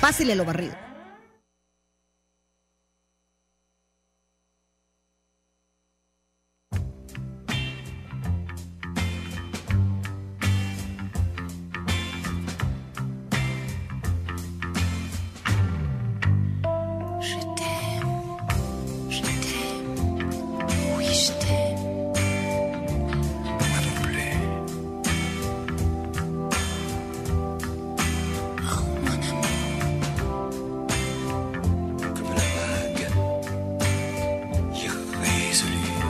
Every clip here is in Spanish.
Pásele lo barrido. Je t'aime, je t'aime, oui je t'aime. Moi non plus. Oh mon amour, comme la vague irrésolue.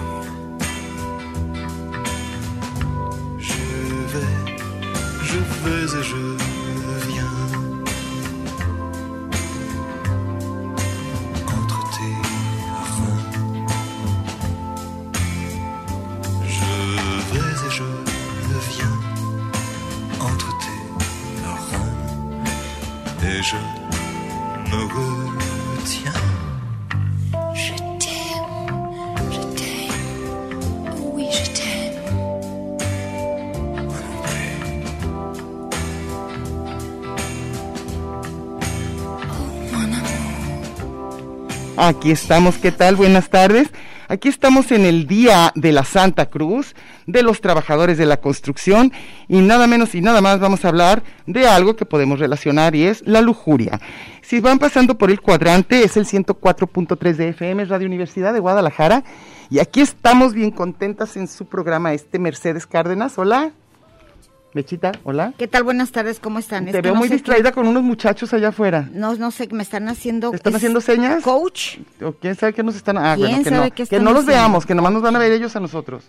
Je vais, je vais et je viens entre tes reins. Je vais et je viens entre tes reins et je me retiens. je t'aime, je t'aime, oui je t'aime. Moi non plus, Aquí estamos, ¿qué tal? Buenas tardes. Aquí estamos en el Día de la Santa Cruz, de los trabajadores de la construcción, y nada menos y nada más vamos a hablar de algo que podemos relacionar y es la lujuria. Si van pasando por el cuadrante, es el 104.3 de FM, es Radio Universidad de Guadalajara, y aquí estamos bien contentas en su programa este Mercedes Cárdenas. Hola, Mechita, hola. ¿Qué tal? Buenas tardes, ¿cómo están? Es Te que veo no muy sé distraída con unos muchachos allá afuera. qué- No, no sé, me están haciendo... ¿Te están es- haciendo señas? Coach. o quién sabe qué nos están ah, ¿Quién bueno, que sabe no, qué que están no los haciendo? veamos, que nomás nos van a ver ellos a nosotros.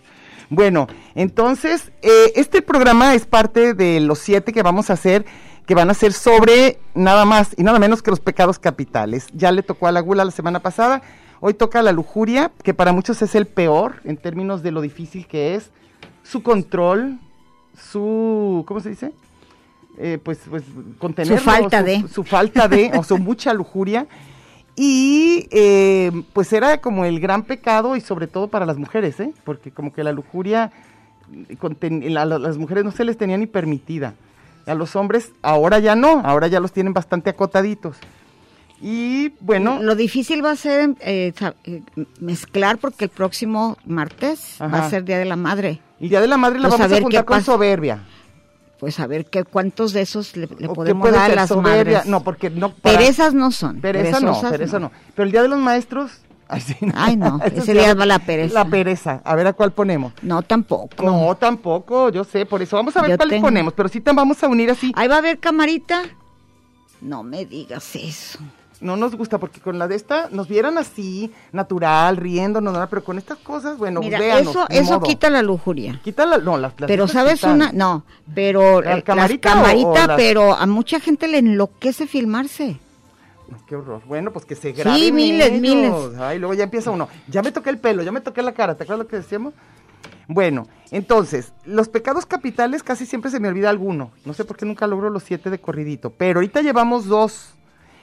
Bueno, entonces, eh, este programa es parte de los siete que vamos a hacer, que van a ser sobre nada más y nada menos que los pecados capitales. Ya le tocó a la gula la semana pasada, hoy toca la lujuria, que para muchos es el peor en términos de lo difícil que es, su control, su, ¿cómo se dice? Eh, pues, pues contenerlo, Su falta de. su falta de, o su mucha lujuria. Y eh, pues era como el gran pecado y sobre todo para las mujeres, ¿eh? porque como que la lujuria mm, conten- la- la- las mujeres no se les tenía ni permitida. A los hombres ahora ya no, ahora ya los tienen bastante acotaditos. Y bueno, Lo difícil va a ser eh, sa- eh, mezclar porque el próximo martes va Ajá. a ser Día de la Madre. el Día de la Madre la Pues a vamos a, ver qué juntar con pasa. soberbia. Pues a ver qué cuántos de esos le, le ¿O qué podemos puede dar a ser? las Soberbia. madres. No, pues porque no... para- Perezas no son. Pereza no, perezosas pereza no. Pero el Día de los Maestros... Ay, sí, Ay, no, Eso ese sí, día va la pereza. La pereza. A ver a cuál ponemos. No, tampoco. No, tampoco, yo sé, por eso vamos a ver Yo cuál le tengo. ponemos, pero sí te vamos a unir así. Ahí va a haber camarita. No me digas eso. No nos gusta porque con la de esta nos vieran así, natural, riéndonos, nada, pero con estas cosas, bueno, Mira, véanos, eso, ni eso modo. quita la lujuria. Quita la, no, las, las Pero estas sabes quitan. una, no, pero ¿La eh, las camarita o- camarita, o las- pero a mucha gente le enloquece filmarse. No, Qué horror. Bueno, pues que se graben. miles, ellos. miles. Ay, luego ya empieza uno. Ya me toqué el pelo, ya me toqué la cara. ¿Te acuerdas lo que decíamos? Bueno, entonces, los pecados capitales casi siempre se me olvida alguno. No sé por qué nunca logro los siete de corridito. Pero ahorita llevamos dos.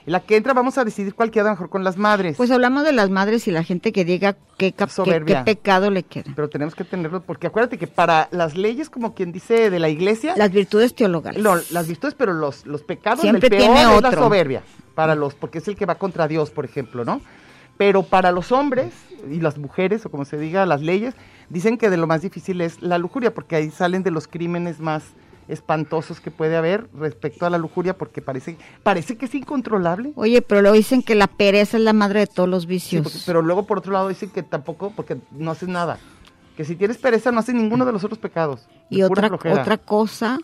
La que entra vamos a decidir cuál queda mejor con las madres. Pues hablamos de las madres y la gente que diga qué, cap- qué- Soberbia. qué pecado le queda. pero tenemos que tenerlo, porque acuérdate que para las leyes, como quien dice, de la iglesia, Las virtudes teologales. ¿eh? lo- las virtudes, pero los, los pecados, Siempre el peor tiene es la otro. soberbia, para los, porque es el que va contra Dios, por ejemplo, ¿no? Pero para los hombres y las mujeres, o como se diga, las leyes, dicen que de lo más difícil es la lujuria, porque ahí salen de los crímenes más espantosos que puede haber respecto a la lujuria, porque parece, parece que es incontrolable. Oye, pero lo dicen que la pereza es la madre de todos los Sí, vicios. porque- pero luego por otro lado dicen que tampoco, porque no haces nada. Que si tienes pereza no haces ninguno de los otros pecados. Y Es pura otra, flojera. otra cosa,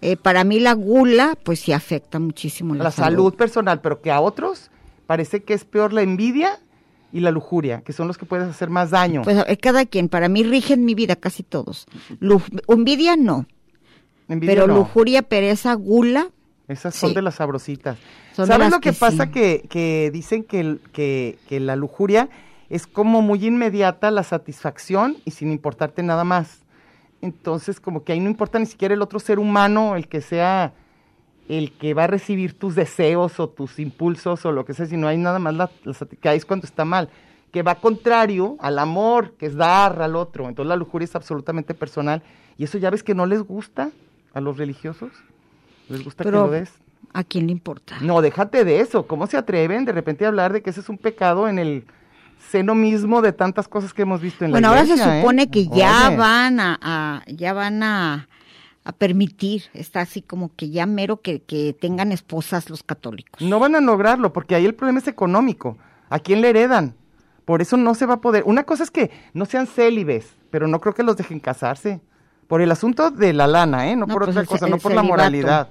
eh, para mí la gula, pues sí afecta muchísimo la, la salud personal, pero que a otros parece que es peor la envidia y la lujuria, que son los que puedes hacer más daño. Pues eh, cada quien, para mí rigen mi vida casi todos. Lu- envidia no, Envidia pero no. lujuria, pereza, gula, Esas son sí. de las sabrositas. Son de ¿Sabes las lo que, que pasa? sí. Que, que dicen que, el- que, que la lujuria es como muy inmediata la satisfacción y sin importarte nada más. Entonces, como que ahí no importa ni siquiera el otro ser humano, el que sea el que va a recibir tus deseos o tus impulsos o lo que sea, si no hay nada más la, la sati- que ahí es cuando está mal, que va contrario al amor, que es dar al otro. Entonces la lujuria es absolutamente personal y eso ya ves que no les gusta a los religiosos. Les gusta que pero lo des. ¿a quién le importa? No, déjate de eso. ¿Cómo se atreven de repente a hablar de que ese es un pecado en el seno mismo de tantas cosas que hemos visto en bueno, la ahora se iglesia, ¿eh? supone que ya Oye, van a, a- ya van a, a permitir, está así como que ya mero que, que tengan esposas los católicos. No van a lograrlo porque ahí el problema es económico. ¿A quién le heredan? Por eso no se va a poder. Una cosa es que no sean célibes, pero no creo que los dejen casarse. Por el asunto de la lana, ¿eh? No, No, por pues otra el ce- cosa, el no por la celibato. moralidad.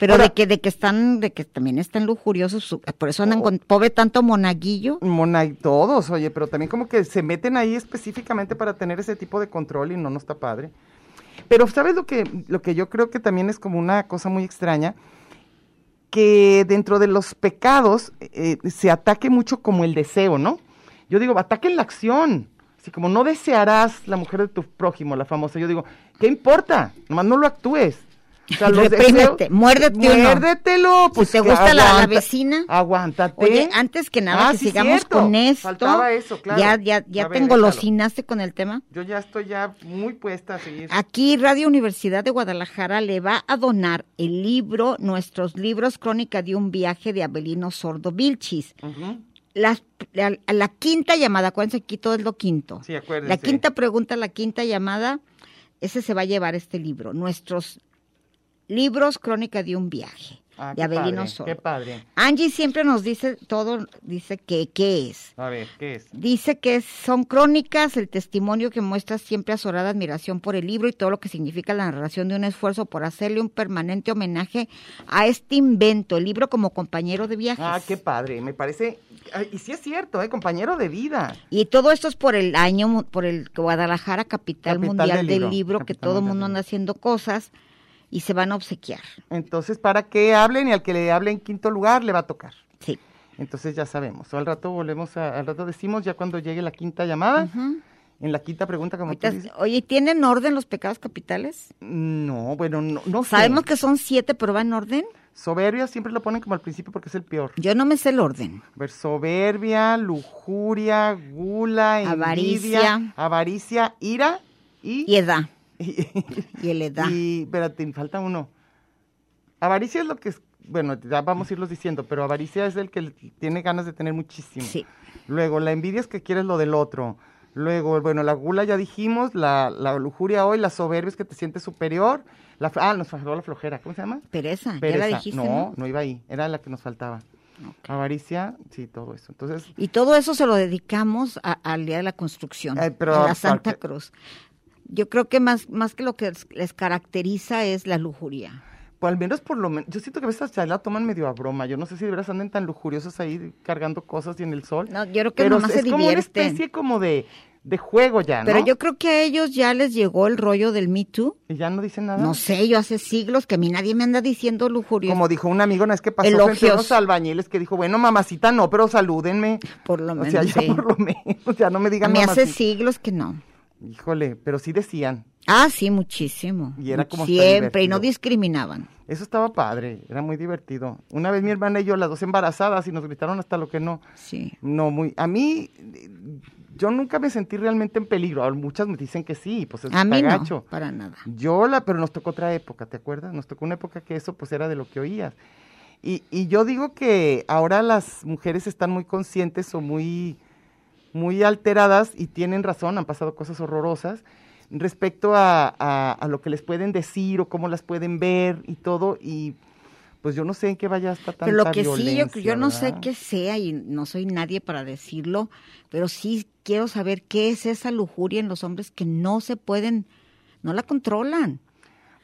Pero Ahora- de que de que están, de que también están lujuriosos, su- por eso Oh. andan con pobre tanto monaguillo. Mona, todos, oye, pero también como que se meten ahí específicamente para tener ese tipo de control y no, no está padre. Pero ¿sabes lo que, lo que yo creo que también es como una cosa muy extraña? Que dentro de los pecados eh, se ataque mucho como el deseo, ¿no? Yo digo, ataquen la acción. Así como no desearás la mujer de tu prójimo, la famosa. Yo digo, ¿qué importa? Nomás no lo actúes. O Reprímete, muérdete uno. Muérdetelo. Pues te que gusta la- la aguanta- vecina. Aguántate. Oye, antes que nada, Ah, que sí, sigamos cierto. con esto. Faltaba eso, claro. Ya, ya, ya A te ver, échalo. engolosinaste con el tema. Yo ya estoy ya muy puesta a seguir. Aquí Radio Universidad de Guadalajara le va a donar el libro, nuestros libros, Crónica de un viaje de Abelino Sordo Vilchis. Ujú. Las- la, la quinta llamada, acuérdense, aquí todo es lo quinto. Sí, acuérdense. La quinta pregunta, la quinta llamada, ese se va a llevar este libro. Nuestros libros, Crónica de un viaje Ah, de qué Abelino padre, Sordo. Qué padre. Angie siempre nos dice todo, dice que qué es. A ver, ¿qué es? Dice que son crónicas, el testimonio que muestra siempre azorada admiración por el libro y todo lo que significa la narración de un esfuerzo por hacerle un permanente homenaje a este invento, el libro como compañero de viajes. Ah, qué padre. Me parece. Ay, y sí es cierto, ¿eh? Compañero de vida. Y todo esto es por el año, mu- por el Guadalajara Capital, Capital Mundial del del, Libro, Libro, que Capital todo el Mundial mundo del anda Libro. haciendo cosas y se van a obsequiar. Entonces, ¿para qué hablen? Y al que le hable en quinto lugar le va a tocar. Sí. Entonces ya sabemos. O al rato volvemos a. Al rato decimos ya cuando llegue la quinta llamada. En la quinta pregunta, como tú Ahorita- dices. oye, ¿tienen orden los pecados capitales? No, bueno, no, no sé. Sabemos que son siete, pero va en orden. Soberbia siempre lo ponen como al principio porque es el peor. Yo no me sé el orden. A ver, soberbia, lujuria, gula, envidia, avaricia, Avaricia. ira y... Y edad, y- y el edad. y- espérate, me falta uno. Avaricia es lo que es... Bueno, ya vamos a irlos diciendo, pero avaricia es el que tiene ganas de tener muchísimo. Sí. Luego, la envidia es que quieres lo del otro. Luego, bueno, la gula ya dijimos, la, la lujuria hoy, la soberbia es que te sientes superior. La, fl- ah, nos faltó la flojera, ¿cómo se llama? Pereza, Ah, ya la Pereza. dijiste, no, ¿no? no, iba ahí, era la que nos faltaba. Avaricia, sí, todo eso. Entonces, Y todo eso se lo dedicamos a- al Día de la Construcción, Ay, Eh, pero a la aparte- Santa Cruz. Yo creo que más, más que lo que les- les caracteriza es la lujuria. pues al menos por lo menos, yo siento que a veces ya la toman medio a broma. Yo no sé si de veras andan tan lujuriosos ahí cargando cosas y en el sol. No, yo creo que pero nomás es se como una divierten. especie como de, de juego ya, ¿Ah, ¿no? Pero yo creo que a ellos ya les llegó el rollo del Me Too. Y ya no dicen nada. No sé, yo hace siglos que a mí nadie me anda diciendo lujuria. Como dijo un amigo, no es que pasó frente a Elogios. unos albañiles que dijo, bueno, mamacita no, pero salúdenme. Por lo O sea, menos, ya sí. por lo menos, ya no me a digan mí hace mamacita. siglos que no. Híjole, pero sí decían. Ah, sí, muchísimo. Y era como hasta Siempre, y no divertido. discriminaban. Eso estaba padre, era muy divertido. Una vez mi hermana y yo, las dos embarazadas, y nos gritaron hasta lo que no. Sí. No, muy. A mí, eh, yo nunca me sentí realmente en peligro. Ahora, Muchas me dicen que sí, pues es A mí no, gacho. para nada. Yo la, pero nos tocó otra época, ¿te acuerdas? Nos tocó una época que eso pues era de lo que oías. Y, y yo digo que ahora las mujeres están muy conscientes o muy, muy alteradas y tienen razón, han pasado cosas horrorosas respecto a, a- a lo que les pueden decir o cómo las pueden ver y todo. Y pues yo no sé en qué vaya hasta tanta Pero lo que sí, yo, violencia, yo no sé ¿verdad? qué sea y no soy nadie para decirlo, pero sí quiero saber qué es esa lujuria en los hombres que no se pueden, no la controlan.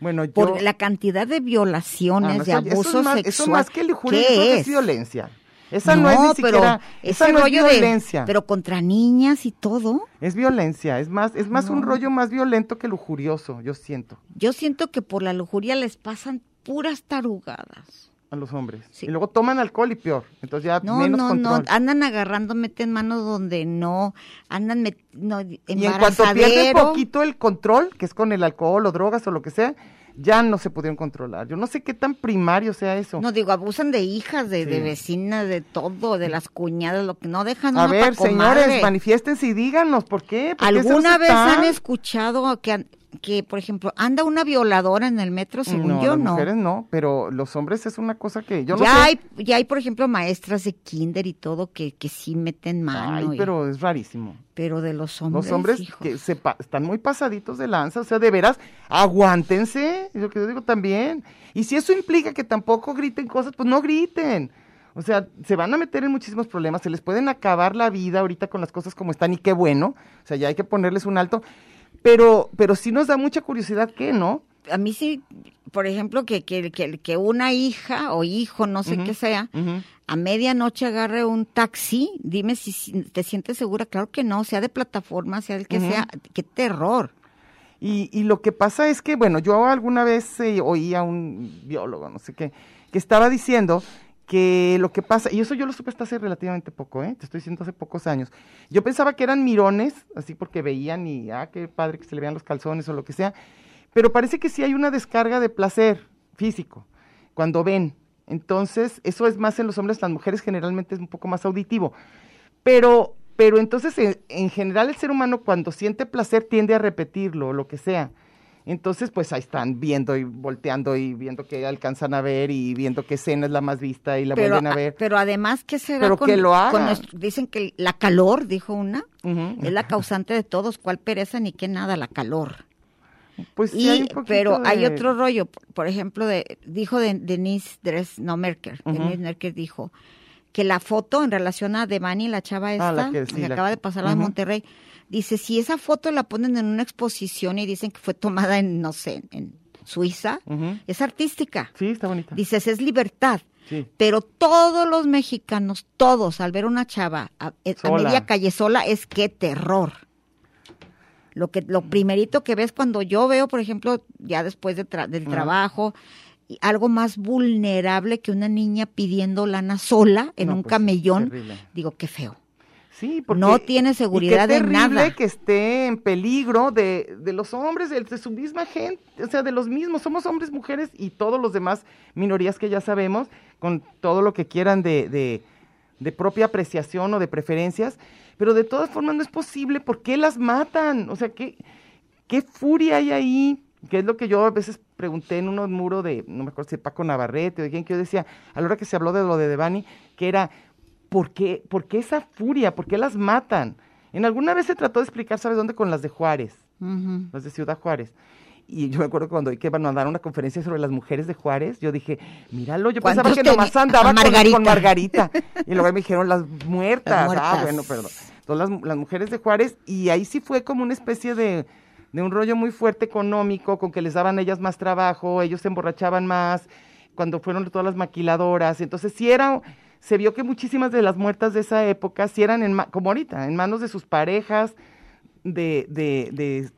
Bueno, yo... Por la cantidad de Ah, violaciones, no, de eso- eso es abusos más- sexuales. Eso más que lujuria, ¿qué yo creo que es? es? violencia. Esa no, es ni siquiera, esa ese no es rollo de- violencia. pero contra niñas y todo. Es violencia, es más, es más un rollo más violento que lujurioso, yo siento, Yo siento que por la lujuria les pasan puras tarugadas. a los hombres. Sí. Y luego toman alcohol y peor, entonces ya No, menos no, control. no, andan agarrando, meten manos donde no, andan met- no, y en cuanto pierden embarazadero. poquito el control, que es con el alcohol o drogas o lo que sea, ya no se pudieron controlar. Yo no sé qué tan primario sea eso. No digo, abusan de hijas, de, de Sí. vecinas, de todo, de las cuñadas, lo que no dejan a una ver, pa' señores, comadre. manifiéstense y díganos por qué. ¿Por qué se ¿Alguna los vez están? han escuchado que, an- que, por ejemplo, anda una violadora en el metro? Según Mm, no, yo, las no. mujeres no, pero los hombres es una cosa que yo no ya sé. hay, ya hay, por ejemplo, maestras de kinder y todo que, que sí meten Ay, mano. y- pero, pero es rarísimo. de los hombres. Los hombres hijo. que se pa- están muy pasaditos de lanza, o sea, de veras, aguántense, es lo que yo digo también. Y si eso implica que tampoco griten cosas, pues no griten. O sea, se van a meter en muchísimos problemas, se les pueden acabar la vida ahorita con las cosas como están y qué bueno. O sea, ya hay que ponerles un alto. Pero, pero sí nos da mucha curiosidad que, ¿no? A mí sí, por ejemplo, que, que, que, que una hija o hijo, no sé qué sea, Ujú. a medianoche agarre un taxi, dime si si te sientes segura. Claro que no, sea de plataforma, sea el que sea. ¡Qué terror! Y, y lo que pasa es que, bueno, yo alguna vez eh, oí a un biólogo, no sé qué, que estaba diciendo que lo que pasa, y eso yo lo supe hasta hace relativamente poco, ¿eh? te estoy diciendo hace pocos años, yo pensaba que eran mirones, así porque veían y, ah, qué padre que se le vean los calzones o lo que sea, pero parece que sí hay una descarga de placer físico cuando ven. Entonces, eso es más en los hombres, las mujeres generalmente es un poco más auditivo. Pero, pero entonces, en, en general, el ser humano cuando siente placer tiende a repetirlo, o lo que sea. Entonces, pues ahí están viendo y volteando y viendo que alcanzan a ver y viendo qué escena es la más vista y la pero, ah, vuelven a a- ver. pero además, ¿qué será Pero con, que lo con hagan. nuestro- Dicen que la calor, dijo una, Ujú. es la causante de todos. ¿Cuál pereza ni qué nada? La calor. Pues sí, Y- hay un poquito pero hay de- otro rollo, por ejemplo, de, dijo de- Denise Dress, no Merker, Ujú. Denise Merker dijo que la foto en relación a Devani, la chava esta, Ah, la que- que, sí, la- acaba de pasar a Ujú. Monterrey, dice, si esa foto la ponen en una exposición y dicen que fue tomada en, no sé, en Suiza, Ujú. es artística. Sí, está bonita. Dices, es libertad. Sí. Pero todos los mexicanos, todos, al ver una chava a, eh, a Sola. media calle sola, es que terror. Lo que lo primerito que ves cuando yo veo, por ejemplo, ya después de tra- del trabajo, y algo más vulnerable que una niña pidiendo lana sola en No, un pues sí, camellón, terrible. digo, qué feo. Sí, porque No tiene y qué seguridad de terrible nada. que esté en peligro de, de los hombres, de, de su misma gente, o sea, de los mismos. Somos hombres, mujeres y todos los demás minorías que ya sabemos, con todo lo que quieran de, de- de propia apreciación o de preferencias. Pero de todas formas no es posible. ¿Por qué las matan? O sea, ¿qué, qué furia hay ahí? Que es lo que yo a veces pregunté en unos muros de, no me acuerdo si de Paco Navarrete o de quién, que yo decía, a la hora que se habló de lo de Devani, que era, ¿por qué, por qué esa furia? ¿Por qué las matan? En alguna vez se trató de explicar, ¿sabes dónde? Con las de Juárez, Ujú. las de Ciudad Juárez. Y yo me acuerdo que cuando oí que van a dar una conferencia sobre las mujeres de Juárez, yo dije, míralo, yo pensaba ¿Cuántos que teni- nomás andaba a con- Con, Margarita? Margarita. Y luego me dijeron las Las muertas. Ah, muertas. bueno, perdón. Entonces las, las mujeres de Juárez, y ahí sí fue como una especie de, de un rollo muy fuerte económico, con que les daban ellas más trabajo, ellos se emborrachaban más, cuando fueron todas las maquiladoras. Entonces sí era, se vio que muchísimas de las muertas de esa época sí eran, en ma- como ahorita, en manos de sus parejas, de, de, de, de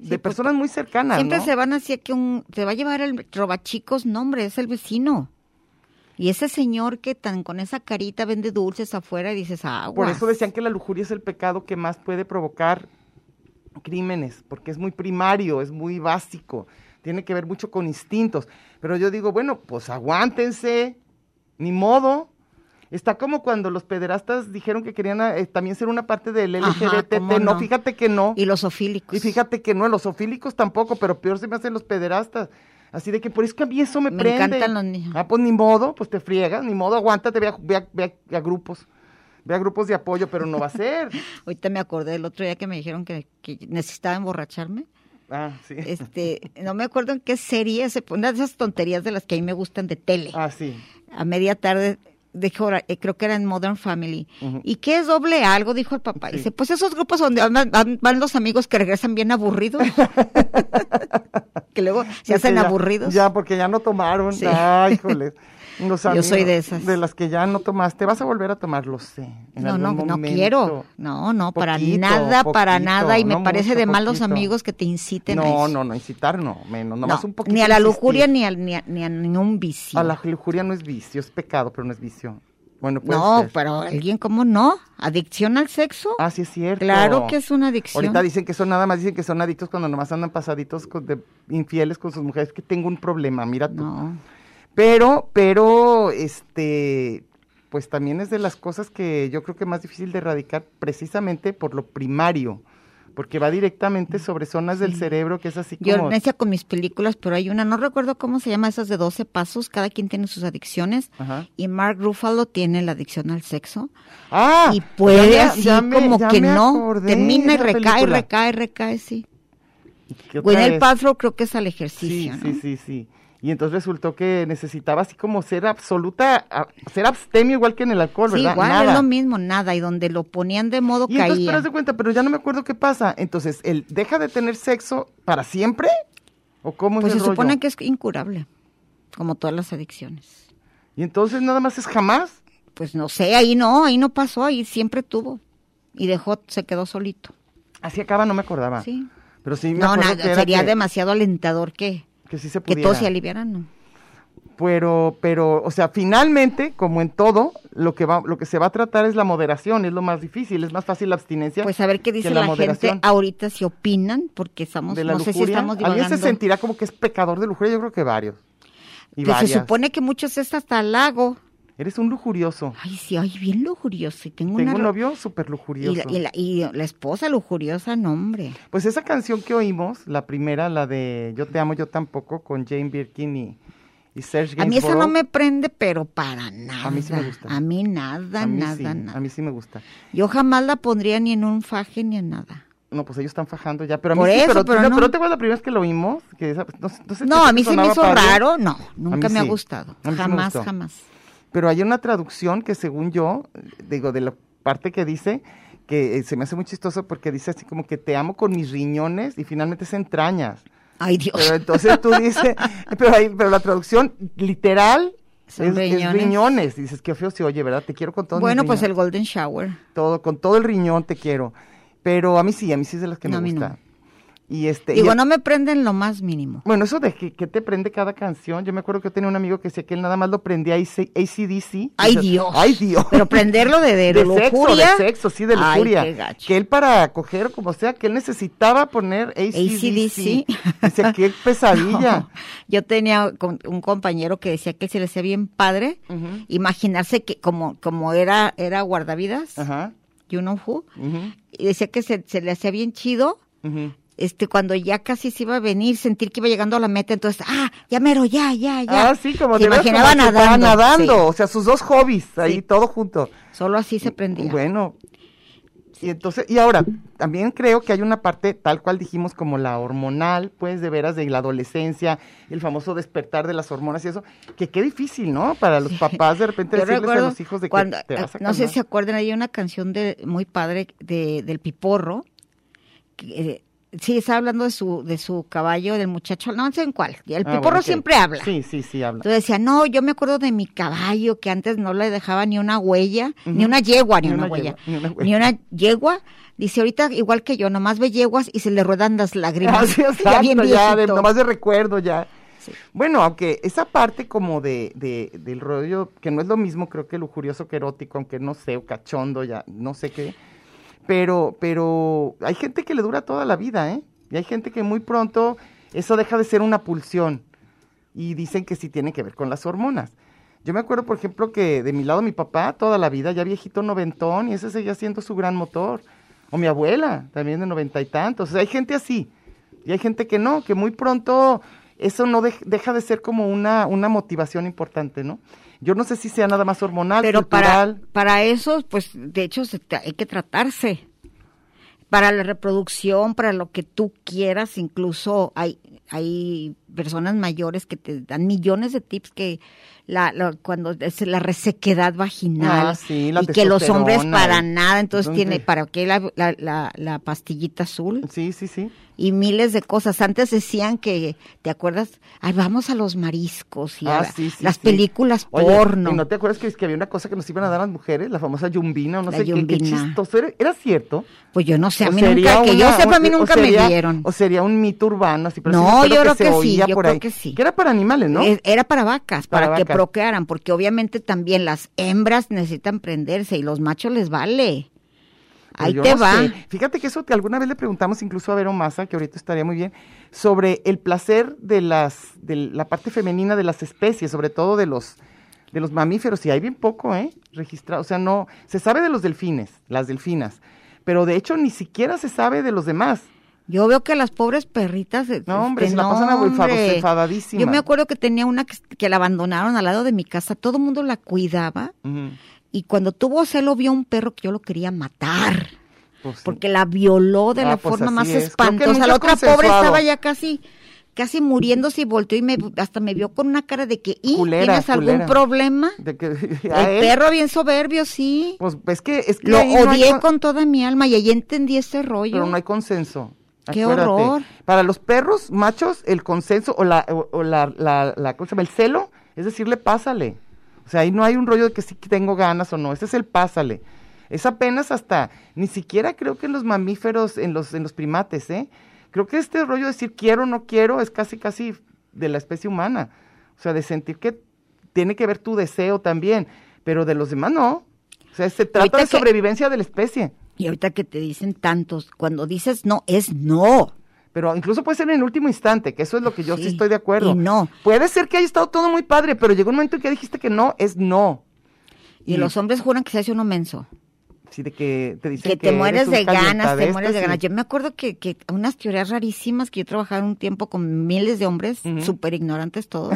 Sí, pues, personas muy cercanas. Siempre Ah, ¿no? se van así a que un, te va a llevar el robachicos, no hombre, es el vecino. Y ese señor que tan con esa carita vende dulces afuera y dices, aguas. Por eso decían que la lujuria es el pecado que más puede provocar crímenes, porque es muy primario, es muy básico, tiene que ver mucho con instintos. Pero yo digo, bueno, pues aguántense, ni modo. Está como cuando los pederastas dijeron que querían eh, también ser una parte del Ajá, LGBT. ¿cómo no? no? fíjate que no. Y los ofílicos. Y fíjate que no, los ofílicos tampoco, pero peor se me hacen los pederastas. Así de que por eso que a mí eso me, Me prende. encantan los niños. Ah, pues ni modo, pues te friegas, ni modo, aguántate, ve a, ve a- ve a- a grupos. Ve a grupos de apoyo, pero no va a ser. Ahorita me acordé del otro día que me dijeron que, que necesitaba emborracharme. Ah, sí. Este, no me acuerdo en qué serie, se, una de esas tonterías de las que a mí me gustan de tele. Ah, sí. A media tarde, dijo, eh, creo que era en Modern Family. Ujú. ¿Y qué es doble A? algo? Dijo el papá. Sí. Dice, pues esos grupos donde van, van- van los amigos que regresan bien aburridos. que luego se Sí, hacen que ya- aburridos. Ya, porque ya no tomaron. Sí. Ay, híjoles. Los Yo soy amigos de esas. De las que ya no tomaste. Vas a volver a tomar, lo sé. en No, algún no, no momento. quiero. No, no, para Poquito, nada, para poquito, nada. Y me no parece mucho, de malos poquito. amigos que te inciten a No, eso. no, no, incitar no, menos, No, nomás un poquito. ni a la insistir. lujuria ni, al- ni a, ni a ningún vicio. A la lujuria no es vicio, es pecado, pero no es vicio. Bueno, puede no, ser. pero alguien, ¿cómo no? ¿Adicción al sexo? Ah, sí es cierto. Claro que es una adicción. Ahorita dicen que son nada más, dicen que son adictos cuando nomás andan pasaditos con- de infieles con sus mujeres, que tengo un problema, mira tú. No. Pero, pero, este, pues también es de las cosas que yo creo que más difícil de erradicar precisamente por lo primario, porque va directamente sobre zonas del cerebro que es así Mm, Yo como... necia con mis películas, pero hay una, no recuerdo cómo se llama, esas de 12 pasos, cada quien tiene sus adicciones. Ajá. Y Mark Ruffalo tiene la adicción al sexo. Ah, y puede ya me- así ya me- como ya que me no. acordé Termina y esa recae, película. recae, recae, sí. ¿Qué otra Gwyneth vez? Paltrow creo que es al Sí, ejercicio, ¿no? sí, sí, sí. Y entonces resultó que necesitaba así como ser absoluta, a- ser abstemio igual que en el alcohol, Sí, ¿verdad? igual Nada. es lo mismo, nada. Y donde lo ponían de modo Y entonces, pero caía. haz de cuenta, pero ya no me acuerdo qué pasa. Entonces, ¿él deja de tener sexo para siempre? ¿O cómo Pues se es el rollo? supone que es incurable, como todas las adicciones. Y entonces nada más es jamás. Pues no sé, ahí no, ahí no pasó, ahí siempre tuvo. Y dejó, se quedó solito. Así acaba, no me acordaba. Sí. Pero sí me No, acuerdo nada, que era sería que, demasiado alentador que, que sí se que pudiera. todos se aliviaran. ¿no? pero pero o sea finalmente como en todo lo que va lo que se va a tratar es la moderación es lo más difícil es más fácil la abstinencia Pues a ver qué que dice la, gente moderación ahorita, si opinan, porque estamos, de no la sé si lujuria. estamos alguien divagando. se sentirá como que es pecador de lujuria yo creo que varios y Pues se varias. supone que muchos es hasta halago. eres un lujurioso Ay, sí, ay, bien lujurioso. Y tengo, tengo una... un ro- novio súper y, lujurioso la, y, la, y la esposa lujuriosa, no, hombre. pues esa canción que oímos la primera la de yo te amo yo tampoco con Jane Birkin y, y Serge A mí esa Gainsborough, no me prende, pero para nada. mí sí me gusta. A mí nada, a mí nada, sí, a nada. mí sí me gusta Yo jamás la pondría ni en un faje ni en nada. No, pues ellos están fajando ya, pero a mí Por sí, eso, pero, pero no, no. pero te acuerdas la primera vez que lo oímos, que esa- pues, no, sé- no sé No, si a mí se me sonaba hizo padre, raro, no, nunca mí me ha sí. gustado. A mí sí me Jamás, gustó. jamás. Pero hay una traducción que según yo, digo, de la parte que dice, que eh, se me hace muy chistoso porque dice así como que te amo con mis riñones y finalmente se entrañas. Ay, Dios. Pero entonces tú dices, pero, ahí- pero la traducción literal es, Son es riñones. riñones. Y dices, qué feo se oye, ¿verdad? Te quiero con todo bueno, pues el Golden Shower. todo, con todo el riñón te quiero. Pero a mí sí, a mí sí es de las que No, a me mí no. gusta. Y este, y Digo, el- no me prenden lo más mínimo. Bueno, eso de que, que te prende cada canción. Yo me acuerdo que yo tenía un amigo que decía que él nada más lo prendía a AC- ACDC. Ay, O sea, Dios. Ay, Dios. Pero prenderlo de, de, de sexo, de lujuria. sexo, sí, de Ay, lujuria. qué gacho. que él para coger, como sea, que él necesitaba poner ACDC. AC/DC. Dice, qué pesadilla. No. Yo tenía con- un compañero que decía que se le hacía bien padre Ujú. imaginarse que como como era era guardavidas, Ajá. you know who, ujú, y decía que se, se le hacía bien chido ujú. este cuando ya casi se iba a venir, sentir que iba llegando a la meta, entonces, ah, ya mero, ya, ya, ya. Ah, sí, como se de veras, imaginaba como que estaba nadando. nadando. O sea, sus dos hobbies ahí, Sí. todo junto. sí. solo así se prendía. Bueno. Y entonces, y ahora, también creo que hay una parte, tal cual dijimos, como la hormonal, pues, de veras, de la adolescencia, el famoso despertar de las hormonas y eso, que qué difícil, ¿no? Para los papás de repente Yo decirles a recuerdo los hijos de cuando, que te vas a no sé si se calmar. acuerdan, hay una canción de muy padre de, del Piporro. que, eh, sí, estaba hablando de su de su caballo, del muchacho, no sé en cuál. El Ah, Piporro bueno, que- siempre habla. Sí, sí, sí, habla. Entonces decía, no, yo me acuerdo de mi caballo que antes no le dejaba ni una huella, ni una yegua, ni, una, huella, ni una huella. ni una yegua. Dice, ahorita igual que yo, nomás ve yeguas y se le ruedan las lágrimas. Así es, Ya bien Ah, exacto, ya, de- viejito. nomás de recuerdo, ya. Sí. Bueno, aunque esa parte como de, de- del rollo, que no es lo mismo, creo que lujurioso que erótico, aunque no sé, o cachondo, ya, no sé qué. Pero, pero hay gente que le dura toda la vida, ¿eh? Y hay gente que muy pronto eso deja de ser una pulsión. Y dicen que sí tiene que ver con las hormonas. Yo me acuerdo, por ejemplo, que de mi lado mi papá toda la vida, ya viejito noventón, y ese seguía siendo su gran motor. O mi abuela, también de noventa y tantos. O sea, hay gente así. Y hay gente que no, que muy pronto eso no dej- deja de ser como una, una motivación importante, ¿no? Yo no sé si sea nada más hormonal, Pero para, cultural. para eso, pues de hecho, se te- hay que tratarse. para la reproducción, para lo que tú quieras, incluso hay hay personas mayores que te dan millones de tips que la, la- cuando es la resequedad vaginal Ah, sí, la y que los hombres testosterona, para y- nada, entonces ¿dónde? tiene para qué la, la- la- la pastillita azul Sí, sí, sí. y miles de cosas. Antes decían que, ¿te acuerdas? Ay, vamos a los mariscos y a Ah, la- sí, sí, las sí. películas Oye, porno. ¿Y no te acuerdas que, que había una cosa que nos iban a dar las mujeres? La famosa yumbina o no La sé qué. Qué yumbina. chistoso. ¿Era, era cierto? Pues yo no sé, a O mí sería nunca, que yo una- sepa, a mí o- o nunca sería- me dieron. O sería un mito urbano. Así, pero sí No, me acuerdo yo creo que se sí, oía yo por creo ahí. que sí. Que era para animales, ¿no? Es- Era para vacas, para, Para que vacas. procrearan, porque obviamente también las hembras necesitan prenderse y los machos les vale. Pero Ahí Pues yo te no va. sé. Fíjate que eso que alguna vez le preguntamos incluso a Vero Massa, que ahorita estaría muy bien, sobre el placer de las de la parte femenina de las especies, sobre todo de los de los mamíferos, y hay bien poco, ¿eh? Registrado, o sea, no se sabe de los delfines, las delfinas, pero de hecho ni siquiera se sabe de los demás. Yo veo que las pobres perritas. eh, No, hombre, este, se la pasan no, abuefa- hombre. enfadadísimas. Yo me acuerdo que tenía una que, que la abandonaron al lado de mi casa, todo el mundo la cuidaba. Ujú. Y cuando tuvo celo, vio un perro que yo lo quería matar. Pues sí. porque la violó de Ah, la pues forma así más es. Creo que espantosa. nunca La es otra pobre consensuado. estaba ya casi casi muriéndose y volteó y me, hasta me vio con una cara de que "¿Y, Culera, tienes algún culera. problema. De que- a El él, perro bien soberbio, sí. Pues es que es que Lo ahí no hay odié con- con toda mi alma y ahí entendí ese rollo. Pero no hay consenso. ¡Qué acuérdate. horror! Para los perros machos, el consenso o la, o, o la, la, la- ¿cómo se llama? El celo es decirle pásale. O sea, ahí no hay un rollo de que sí que tengo ganas o no. Ese es el pásale. Es apenas hasta, ni siquiera creo que en los mamíferos, en los, en los primates, ¿eh? Creo que este rollo de decir quiero o no quiero es casi, casi de la especie humana. O sea, de sentir que tiene que ver tu deseo también, pero de los demás no. O sea, se trata Ahorita de que- sobrevivencia de la especie. Y ahorita que te dicen tantos, cuando dices no, es no. Pero incluso puede ser en el último instante, que eso es lo que yo sí, Sí, estoy de acuerdo. y no. Puede ser que haya estado todo muy padre, pero llegó un momento en que dijiste que no, es no. Y los hombres juran que se hace uno menso. Sí, de que te dicen que que, te mueres eres de un ganas, te calientadesto, mueres de sí. ganas. Yo me acuerdo que, que unas teorías rarísimas que yo trabajaba un tiempo con miles de hombres, súper ignorantes todos,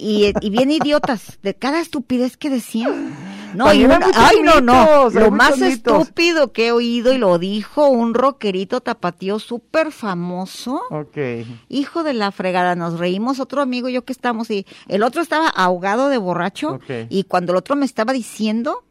y, y bien idiotas, de cada estupidez que decían. No, y También hay una- muchos ay, no, no, mitos, hay lo más muchos mitos. estúpido que he oído y lo dijo un rockerito tapatío súper famoso. Ok. Hijo de la fregada, nos reímos otro amigo y yo que estamos y el otro estaba ahogado de borracho Ok. y cuando el otro me estaba diciendo,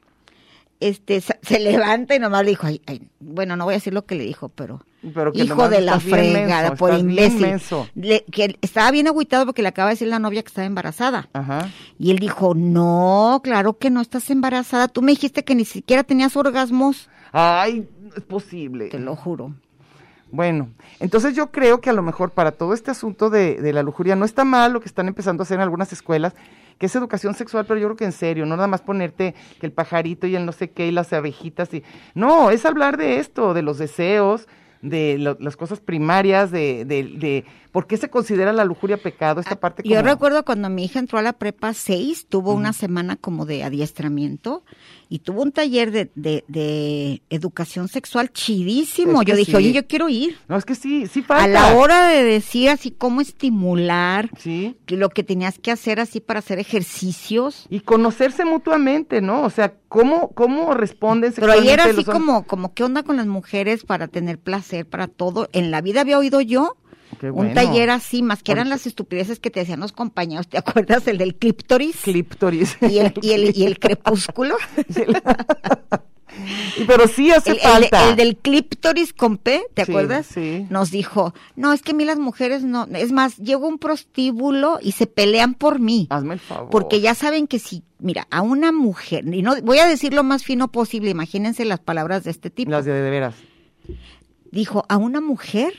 este, sa- se levanta y nomás le dijo, ay, ay, bueno, no voy a decir lo que le dijo, pero, Pero que hijo nomás de la estás bien fregada, menso, por estás bien imbécil. menso. Le- que él estaba bien agüitado porque le acaba de decir la novia que estaba embarazada. Ajá. Y él dijo, no, claro que no estás embarazada, tú me dijiste que ni siquiera tenías orgasmos, Ay, no es posible. te lo juro. Bueno, entonces yo creo que a lo mejor para todo este asunto de, de la lujuria no está mal lo que están empezando a hacer en algunas escuelas, que es educación sexual, pero yo creo que en serio, no nada más ponerte que el pajarito y el no sé qué y las abejitas y no, es hablar de esto, de los deseos, de lo- las cosas primarias, de, de, de por qué se considera la lujuria pecado, esta parte. Ah, Yo como- recuerdo cuando mi hija entró a la prepa 6, tuvo una semana como de adiestramiento y tuvo un taller de, de- de educación sexual chidísimo. Es que yo dije, sí. oye, yo quiero ir. No es que sí, sí falta. A la hora de decir así cómo estimular, Sí. que lo que tenías que hacer así para hacer ejercicios. Y conocerse mutuamente, ¿no? O sea, cómo cómo responden. Pero ahí era sexualmente así los hombres? como, como qué onda con las mujeres para tener placer, para todo. En la vida había oído yo Qué un bueno. taller así, más que eran Porque- las estupideces que te hacían los compañeros. ¿Te acuerdas el del clíptoris? Clíptoris. y el, y el, y el crepúsculo. Y Pero sí hace El, el- falta. el del clíptoris con P, ¿te Sí, acuerdas? sí. Nos dijo, no, es que a mí las mujeres no, es más, llego a un prostíbulo y se pelean por mí. Hazme el favor. Porque ya saben que si, mira, a una mujer, y no voy a decir lo más fino posible, imagínense las palabras de este tipo. Las de, de veras. Dijo, a una mujer,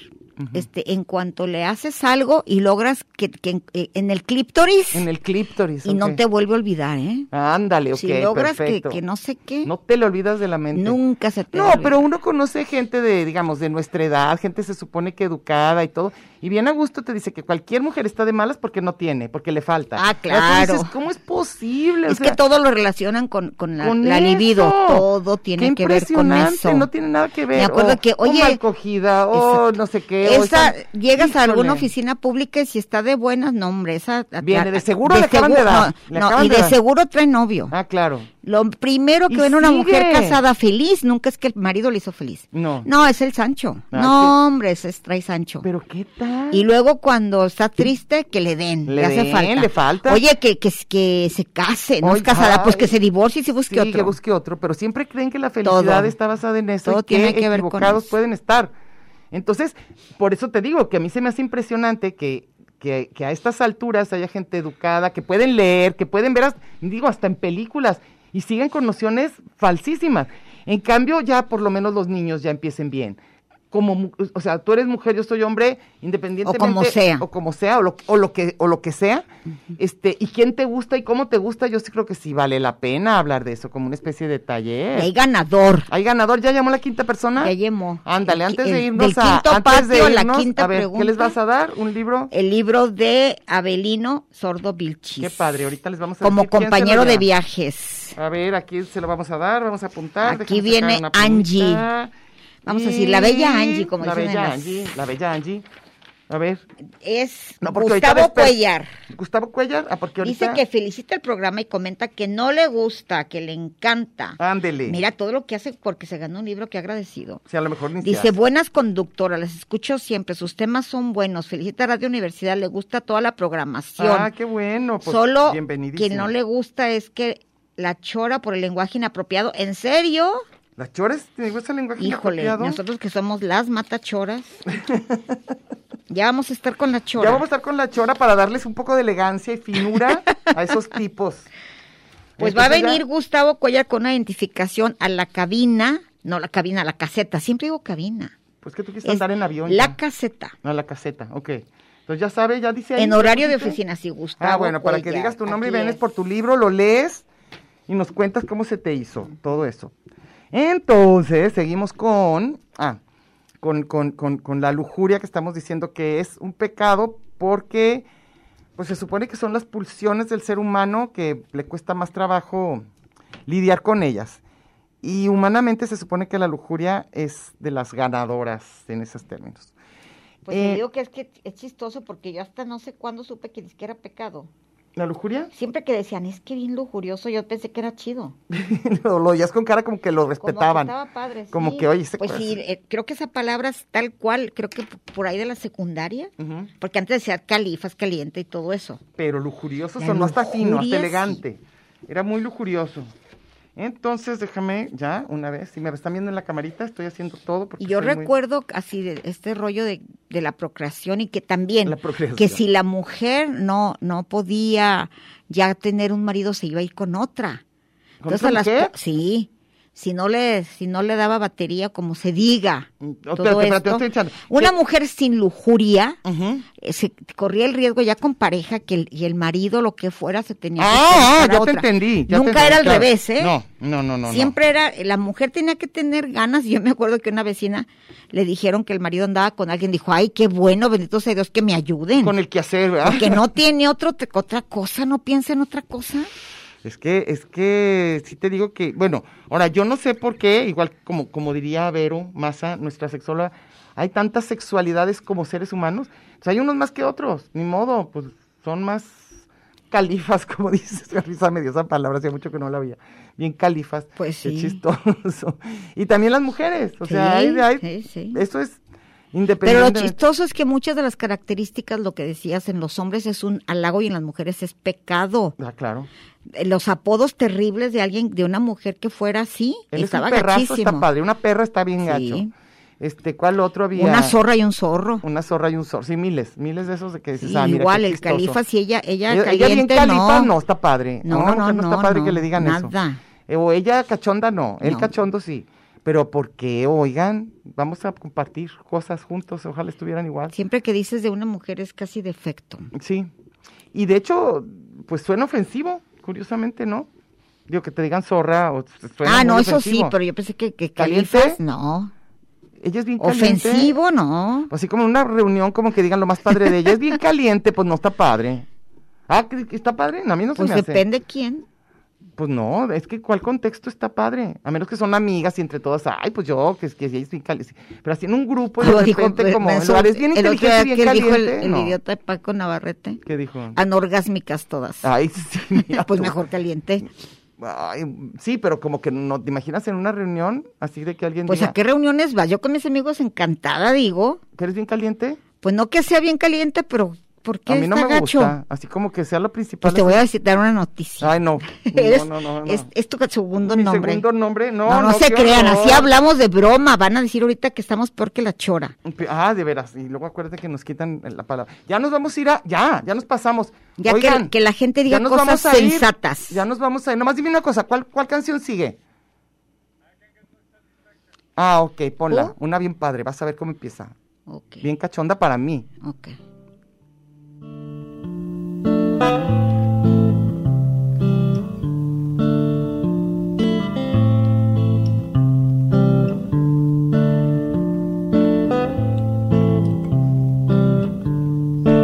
este, en cuanto le haces algo y logras que, que en, eh, en el clíptoris, En el clíptoris. y no ok. te vuelve a olvidar, ¿eh? Ándale, ok, si logras que, perfecto. que no sé qué, No te le olvidas de la mente. nunca se te va a No, olvidar. pero uno conoce gente de, digamos, de nuestra edad, gente se supone que educada y todo, y bien a gusto te dice que cualquier mujer está de malas porque no tiene, porque le falta. Ah, O sea, tú dices, claro. ¿Cómo es posible? O Es sea, que todo lo relacionan con, con la, con la eso. libido, todo Qué tiene que ver con impresionante, eso. no tiene nada que ver. Me acuerdo o- que, o oye, mal cogida, o Exacto. no sé qué, hoy Esa, están- llegas a alguna Híjole. oficina pública y si está de buenas, no, hombre, esa... a- Viene, de a- seguro le acaban de dar, No, le no, acaban y de de, dar. seguro trae novio. Ah, claro. Lo primero que Y ven una mujer sigue. casada feliz, nunca es que el marido le hizo feliz. No. No, es el Sancho. Ah, no, hombre, ese es, trae Sancho. Pero qué tal. Y luego cuando está triste, que le den. Le Le, hace den, falta. le falta. Oye, que, que, que se case, no Oye, es casada, pues ay. que se divorcie y se busque Sí, otro. que busque otro, pero siempre creen que la felicidad Todo. está basada en eso Todo y que tiene que ver con equivocados eso. pueden estar. Entonces, por eso te digo que a mí se me hace impresionante que, que, que a estas alturas haya gente educada, que pueden leer, que pueden ver, hasta- digo, hasta en películas, y siguen con nociones falsísimas. En cambio, ya por lo menos los niños ya empiecen bien. Como, mu- o sea, tú eres mujer, yo soy hombre, independientemente sea. o como sea o lo, o lo que o lo que sea este y quién te gusta y cómo te gusta yo sí creo que sí vale la pena hablar de eso como una especie de taller Y hay ganador. hay ganador ya llamó la quinta persona Ya llamó. ándale El- antes de el- irnos del a quinto antes patio, de la irnos, quinta a ver pregunta. qué les vas a dar un libro El libro de Abelino Sordo Vilchis. qué padre ahorita les vamos a Como decir Pues, quién se lo compañero de lleva. viajes. a ver aquí se lo vamos a dar vamos a apuntar Aquí viene déjame sacar una Angie. plumita. Vamos a decir, la bella Angie, como la dicen en bella las- Angie la bella Angie a ver Es no, porque ahorita Gustavo después- Cuellar. Gustavo Cuellar ah porque ahorita Dice que felicita el programa y comenta que no le gusta, que le encanta. ándele Mira todo lo que hace porque se ganó un libro que agradecido. O sea, a lo mejor ni se Dice, hace. buenas conductoras, las escucho siempre, sus temas son buenos. Felicita a Radio Universidad, le gusta toda la programación. Ah, qué bueno. Pues, Solo bienvenidísima. que no le gusta es que la chora por el lenguaje inapropiado. ¿En serio? ¿Las chores? ¿Te gusta el lenguaje Híjole, inapropiado? nosotros que somos las matachoras. ya vamos a estar con la chora. Ya vamos a estar con la chora para darles un poco de elegancia y finura a esos tipos. Pues Entonces va a ya- venir Gustavo Cuellar con una identificación a la cabina, no la cabina, a la caseta, siempre digo cabina. Pues que tú quieres Es andar en avión. La ya. caseta, No, la caseta, ok. Entonces ya sabe, ya dice ahí, en ¿ya horario de pusiste? oficina, si Gustavo Ah, bueno, para que Cuellar, digas tu nombre y aquí vienes es. por tu libro, lo lees y nos cuentas cómo se te hizo, todo eso. Entonces, seguimos con, ah, con, con, con, con la lujuria que estamos diciendo que es un pecado porque pues se supone que son las pulsiones del ser humano que le cuesta más trabajo lidiar con ellas. Y humanamente se supone que la lujuria es de las ganadoras en esos términos. Pues te Eh, digo que es que es chistoso porque yo hasta no sé cuándo supe que ni siquiera era pecado. ¿La lujuria? Siempre que decían, es que bien lujurioso, yo pensé que era chido. lo, lo oías con cara como que lo Como que respetaban. estaba padre, Como sí. que, oye, ese Pues sí, cuate. eh, creo que esa palabra es tal cual, creo que p- por ahí de la secundaria, Ujú. porque antes decía califas caliente y todo eso. pero lujurioso La sonó hasta fino, hasta lujuria, elegante. Era muy lujurioso. Entonces, déjame ya una vez, si me están viendo en la camarita, estoy haciendo todo porque Y yo soy muy- recuerdo así de este rollo de, de la procreación y que también La procreación. que si la mujer no no podía ya tener un marido se iba a ir con otra. ¿Con otra mujer? po- sí, si no le si no le daba batería como se diga. Mm, espérate, todo espérate, esto, estoy echando. una ¿Qué? mujer sin lujuria Ujú. eh, se corría el riesgo ya con pareja que el, y el marido lo que fuera se tenía que Ah, ah, hacer para ya te otra. entendí. ya te Nunca entendí, era al claro. revés, ¿eh? No, no, no, no. no. Siempre era, la mujer tenía que tener ganas. Yo me acuerdo que una vecina le dijeron que el marido andaba con alguien. Dijo, ay, qué bueno, bendito sea Dios, que me ayuden. Con el quehacer, ¿verdad? Porque no tiene otro, te- otra cosa, no piensa en otra cosa. Es que, es que, sí te digo que, bueno, ahora yo no sé por qué, igual como, como diría Vero Massa, nuestra sexóloga, hay tantas sexualidades como seres humanos. O sea, hay unos más que otros, ni modo, pues son más califas, como dices, risa me dio esa palabra, hacía mucho que no la había. Bien califas. Pues Qué sí. chistoso. Y también las mujeres, o sea, Sí, hay, hay- sí, sí. eso es Pero lo independiente. chistoso es que muchas de las características, lo que decías, en los hombres es un halago y en las mujeres es pecado. Ah, claro. Eh, Los apodos terribles de alguien, de una mujer que fuera así, Él es un estaba perrazo, está gachísimo. padre. Una perra está bien Sí. gacho. Este, ¿cuál otro había? Una zorra y un zorro. Una zorra y un zorro. Sí, miles, miles de esos de que dices, Sí, ah, mira, igual, qué el chistoso. califa, si ella, ella, Ella- ella bien caliente, califa, no. no. está padre. No, No, no, no, no, está no, padre que no, le digan eso. nada. Eh, O ella cachonda no, el No. cachondo sí. Pero ¿por qué? Oigan, vamos a compartir cosas juntos, ojalá estuvieran igual. Sí. Siempre que dices de una mujer es casi defecto. Y de hecho, pues suena ofensivo, curiosamente, ¿no? Digo, que te digan zorra o suena ah, no, muy eso sí, ofensivo. pero yo pensé que, que ¿Caliente? califas, no. Ella es bien caliente. Pues Ofensivo, no. Así como en una reunión, como que digan lo más padre de ella. Es bien caliente, pues no está padre. Ah, ¿que- que ¿está padre? No, A mí no se Pues me hace. depende quién. Pues no, es que ¿cuál contexto está padre? A menos que son amigas y entre todas, ay, pues yo, que, que sí, es bien caliente. Pero así en un grupo, y Pues de Lo dijo, repente, eh, como, me el asust- lugares bien el otro día inteligente, bien que él dijo el- caliente, el, no. idiota Paco Navarrete, ¿Qué dijo? anorgásmicas todas. Ay, sí, mira pues tú. mejor caliente. Ay, sí, pero como que no, ¿te imaginas en una reunión así de que alguien Pues diga, a qué reuniones va. Yo con mis amigos encantada digo, que eres bien caliente? pues no que sea bien caliente, pero ¿por qué a mí no está me gacho? gusta, así como que sea lo principal. Pues te voy a decir- dar una noticia. Ay, no. Es- No, no, no, no. Es, es tu segundo Mi nombre. segundo nombre, no. no, no, se qué crean, horror. así hablamos de broma. Van a decir ahorita que estamos peor que la chora. Ah, de veras. Y luego acuérdate que nos quitan la palabra. Ya nos vamos a ir a. Ya, ya nos pasamos. Ya que- Oigan, que la gente diga ya nos cosas vamos a ir, sensatas. ya nos vamos a ir. Nomás dime una cosa, ¿cuál, cuál canción sigue? Ah, ok, ponla. ¿Oh? Una bien padre, vas a ver cómo empieza. Ok, Bien cachonda para mí. ok. When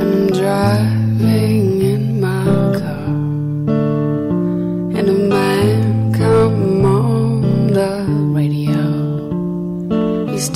I'm driving in my car and a man come on the radio, he's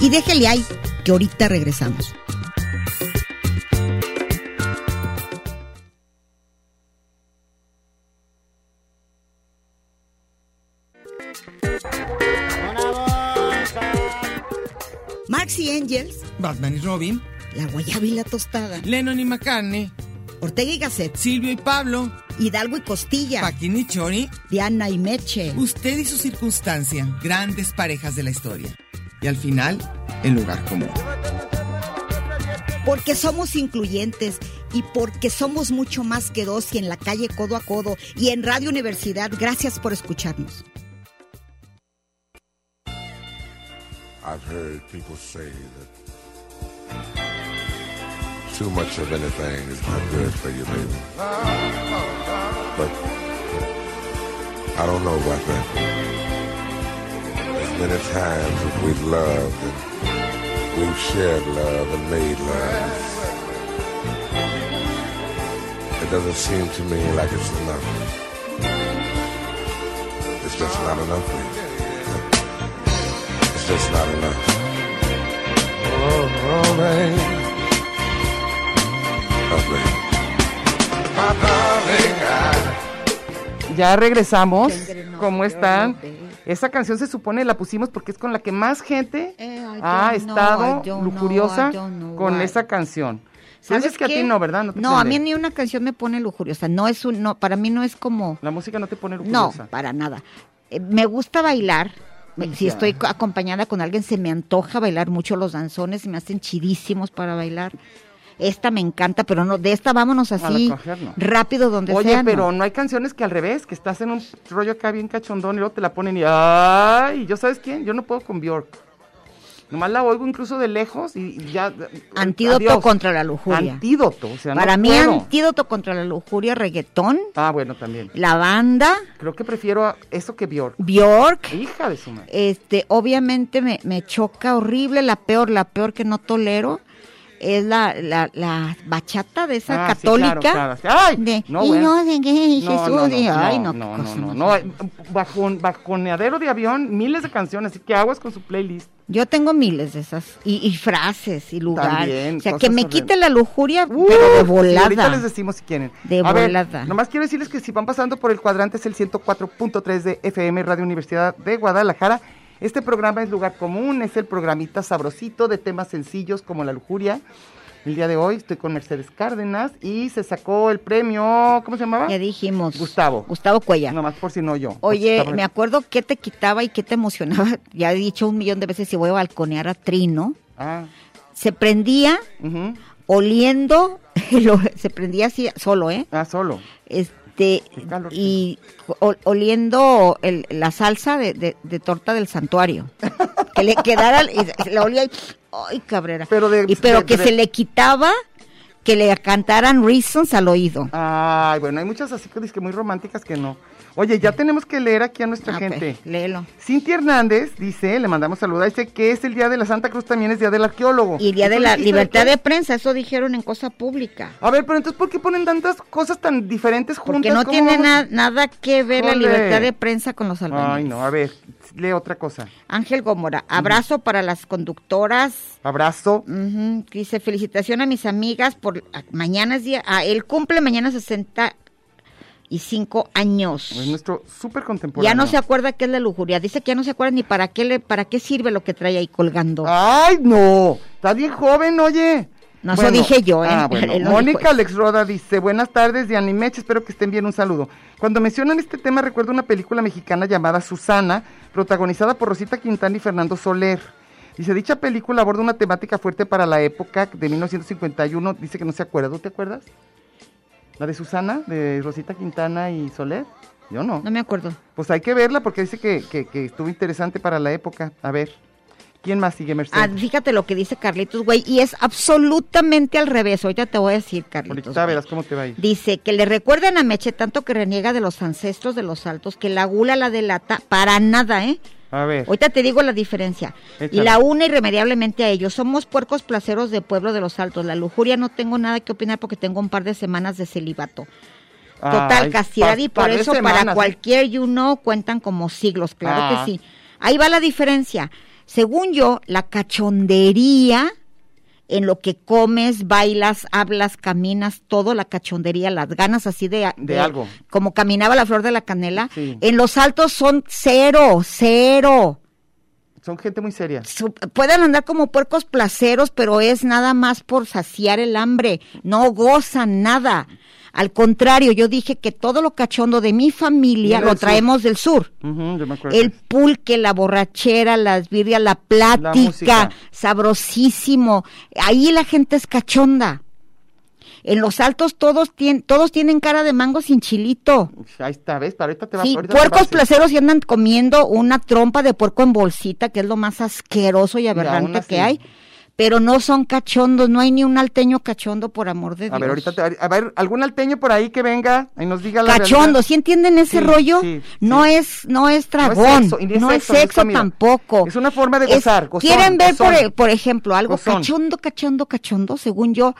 Y déjele ahí, que ahorita regresamos. Marx y Engels, Batman y Robin, la guayaba y la tostada, Lennon y McCartney, Ortega y Gasset, Silvio y Pablo, Hidalgo y Costilla, Paquín y Chori, Diana y Meche. usted y su circunstancia, grandes parejas de la historia. Y al final, el lugar común. Porque somos incluyentes y porque somos mucho más que dos y en la calle codo a codo y en Radio Universidad. Gracias por escucharnos. I've heard people say that too much of anything is not good for you, baby. But I don't know about that. As many times as we've loved and we've shared love and made love, it doesn't seem to me like it's enough. It's just not enough. baby. It's just not enough. Oh, oh, babe. Oh, babe. My darling, I Ya regresamos. Tendré novio, ¿Cómo están? no ve. Esa canción se supone la pusimos porque es con la que más gente Eh, I ha don't know, estado I don't know, lujuriosa I don't know con why. esa canción. Tú ¿Sabes dices que a ti qué? no, ¿verdad? te No, a prende. mí ni una canción me pone lujuriosa. No es un, no, para mí no es como, La música no te pone no, lujuriosa. para nada. Eh, me gusta bailar. Me- Si estoy co- acompañada con alguien, se me antoja bailar mucho los danzones, me hacen chidísimos para bailar. Esta me encanta, pero no, de esta vámonos la así, coger, no. rápido donde Oye, sea. no. pero no hay canciones que al revés, que estás en un rollo acá bien cachondón y luego te la ponen y ay, ¿yo sabes quién? Yo no puedo con Bjork. Nomás la oigo incluso de lejos y y ya eh, Antídoto adiós. contra la lujuria. Antídoto, o sea, no para mí, puedo. antídoto contra la lujuria, reggaetón, Ah, bueno, también. la banda, Creo que prefiero a- eso que Bjork. Bjork. Hija de su madre. Este, obviamente me, me choca horrible, la peor, la peor que no tolero es la, la, la bachata de esa Ah, sí, católica. claro, claro. Ay, de, no, y bueno. yo de que Jesús, y- ay, no, no, qué no, cosa no, más no, horrible. eh, bajón- bajoneadero de avión, miles de canciones, así que aguas con su playlist. Yo tengo miles de esas, y, y frases, y lugares. También, o sea, cosas que me horribles. quite la lujuria, pero de Uf, y ahorita les volada. decimos si quieren. De A ver, volada. nomás quiero decirles que si van pasando por el cuadrante es el 104.3 de FM Radio Universidad de Guadalajara. Este programa es Lugar Común, es el programita sabrosito de temas sencillos como la lujuria. El día de hoy estoy con Mercedes Cárdenas y se sacó el premio, ¿cómo se llamaba? Ya dijimos. Gustavo. Gustavo Cuellar. Nomás por si no yo. Oye, Estaba- me acuerdo qué te quitaba y qué te emocionaba. Ya he dicho un millón de veces si voy a balconear a Trino. Ah, Se prendía ujú. oliendo y lo- se prendía así solo, ¿eh? Ah, solo. Este, calor. y o- oliendo el- la salsa de, de- de torta del santuario. Que le quedara, y la olía y, ¡ay, cabrera! Pero de- y, pero de- que de- se le quitaba que le cantaran Reasons al oído. Ah, Ay, bueno, hay muchas así que dizque muy románticas que no. Oye, ya tenemos que leer aquí a nuestra Ah, pues, gente. léelo. Cintia Hernández dice, le mandamos saludos, dice que es el día de la Santa Cruz, también es día del arqueólogo. Y el día ¿Eso de la dijiste libertad de después? prensa, eso dijeron en cosa pública. A ver, pero entonces, ¿por qué ponen tantas cosas tan diferentes juntas? Porque no ¿Cómo tiene vamos? na- nada que ver la Híjole. libertad de prensa con los albañiles. Ay, no, a ver, lee otra cosa. Ángel Gómora, abrazo para las conductoras. Abrazo. Ujú, Dice, felicitación a mis amigas por ah, mañana es día, ah, él cumple mañana 65 años. Pues Es nuestro súper contemporáneo. ya no se acuerda qué es la lujuria. Dice que ya no se acuerda ni para qué le, para qué sirve lo que trae ahí colgando. ¡Ay, no! Está bien joven, oye. No, eso dije yo, ¿eh? pues. Ah, bueno. Él no dijo Mónica eso. Alex Roda dice, buenas tardes, Diana y Meche, espero que estén bien, un saludo. Cuando mencionan este tema, recuerdo una película mexicana llamada Susana, protagonizada por Rosita Quintana y Fernando Soler. Dice, dicha película aborda una temática fuerte para la época de 1951, dice que no se acuerda, ¿tú te acuerdas? ¿La de Susana, de Rosita Quintana y Soler? Yo no. No me acuerdo. Pues hay que verla porque dice que, que- que estuvo interesante para la época. A ver, ¿quién más sigue, Mercedes? Ah, fíjate lo que dice Carlitos, güey, y es absolutamente al revés. Ahorita te voy a decir, Carlitos. Ahorita güey. verás cómo te va a ir. Dice que le recuerdan a Meche tanto que reniega de los ancestros de los altos, que la gula la delata para nada, ¿eh? A ver. Ahorita te digo la diferencia. Échala. Y la une irremediablemente a ellos. Somos puercos placeros de pueblo de los altos. La lujuria no tengo nada que opinar porque tengo un par de semanas de celibato. Total Ay, castidad pa- y por par de eso para semanas. ¿eh? cualquier you know cuentan como siglos, claro Ah. que sí. Ahí va la diferencia. Según yo, la cachondería en lo que comes, bailas, hablas, caminas, todo la cachondería, las ganas así de, De algo. Como caminaba la flor de la canela. Sí. En los altos son cero, cero. Son gente muy seria. Su- pueden andar como puercos placeros, pero es nada más por saciar el hambre, no gozan nada. Al contrario, yo dije que todo lo cachondo de mi familia Viene lo del sur. traemos del sur. Ujú, yo me acuerdo. El pulque, la borrachera, las birrias, la plática, música. sabrosísimo. Ahí la gente es cachonda. En los altos todos, tien- todos tienen cara de mango sin chilito. Ahí está, ¿ves? Para ahorita te va Sí, ahorita te puercos va a hacer. placeros y andan comiendo una trompa de puerco en bolsita, que es lo más asqueroso y aún aberrante así. que hay. Pero no son cachondos, no hay ni un alteño cachondo, por amor de Dios. A ver, ahorita te, a ver, algún alteño por ahí que venga y nos diga la Cachondo, realidad. ¿sí entienden ese Sí, rollo? sí, no sí. es, no es No es dragón, sexo, y ni es no es sexo, no es sexo comida. tampoco. Es una forma de Es- gozar, gozón, Quieren ver, por, gozón. e- por ejemplo, algo Gozón. cachondo, cachondo, cachondo, según yo,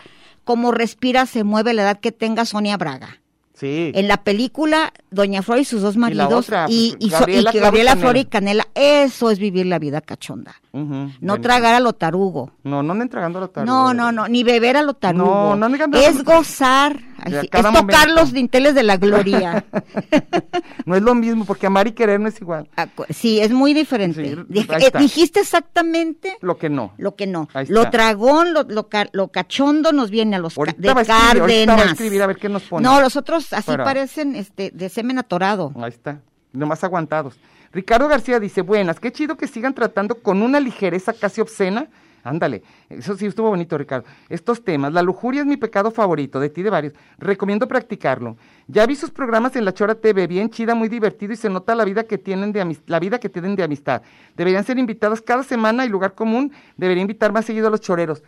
como respira, se mueve la edad que tenga Sonia Braga. Sí. En la película, Doña Flor y sus dos maridos otra, y, pues, y so- Gabriela y que Flor y Gabriela Canela. Flor y Canela, eso es vivir la vida cachonda. Ujú, No bueno. tragar a lo tarugo. No, no anden tragando la tarde. No, no, no, ni beber a lo tarugo. No, no digan nada. es gozar, Ay, Y a sí, es cada tocar momento. los dinteles de la gloria. No es lo mismo, porque amar y querer no es igual. Acu- Ah, sí, es muy diferente. Sí, Dij- ahí eh, está. dijiste exactamente Lo que no. lo que no. Ahí Lo está. tragón, lo, lo ca- lo cachondo nos viene a los ca- Ahorita de va a escribir, ahorita va a Cárdenas. escribir, a ver qué nos pone. No, los otros así Para- parecen este, de semen atorado. Ahí está, nomás aguantados. Ricardo García dice, buenas, qué chido que sigan tratando con una ligereza casi obscena. Ándale, eso sí estuvo bonito, Ricardo. Estos temas, la lujuria es mi pecado favorito, de ti de varios. Recomiendo practicarlo. Ya vi sus programas en La Chora TV, bien chida, muy divertido y se nota la vida que tienen de amis- la vida que tienen de amistad. Deberían ser invitados cada semana y lugar común debería invitar más seguido a los choreros.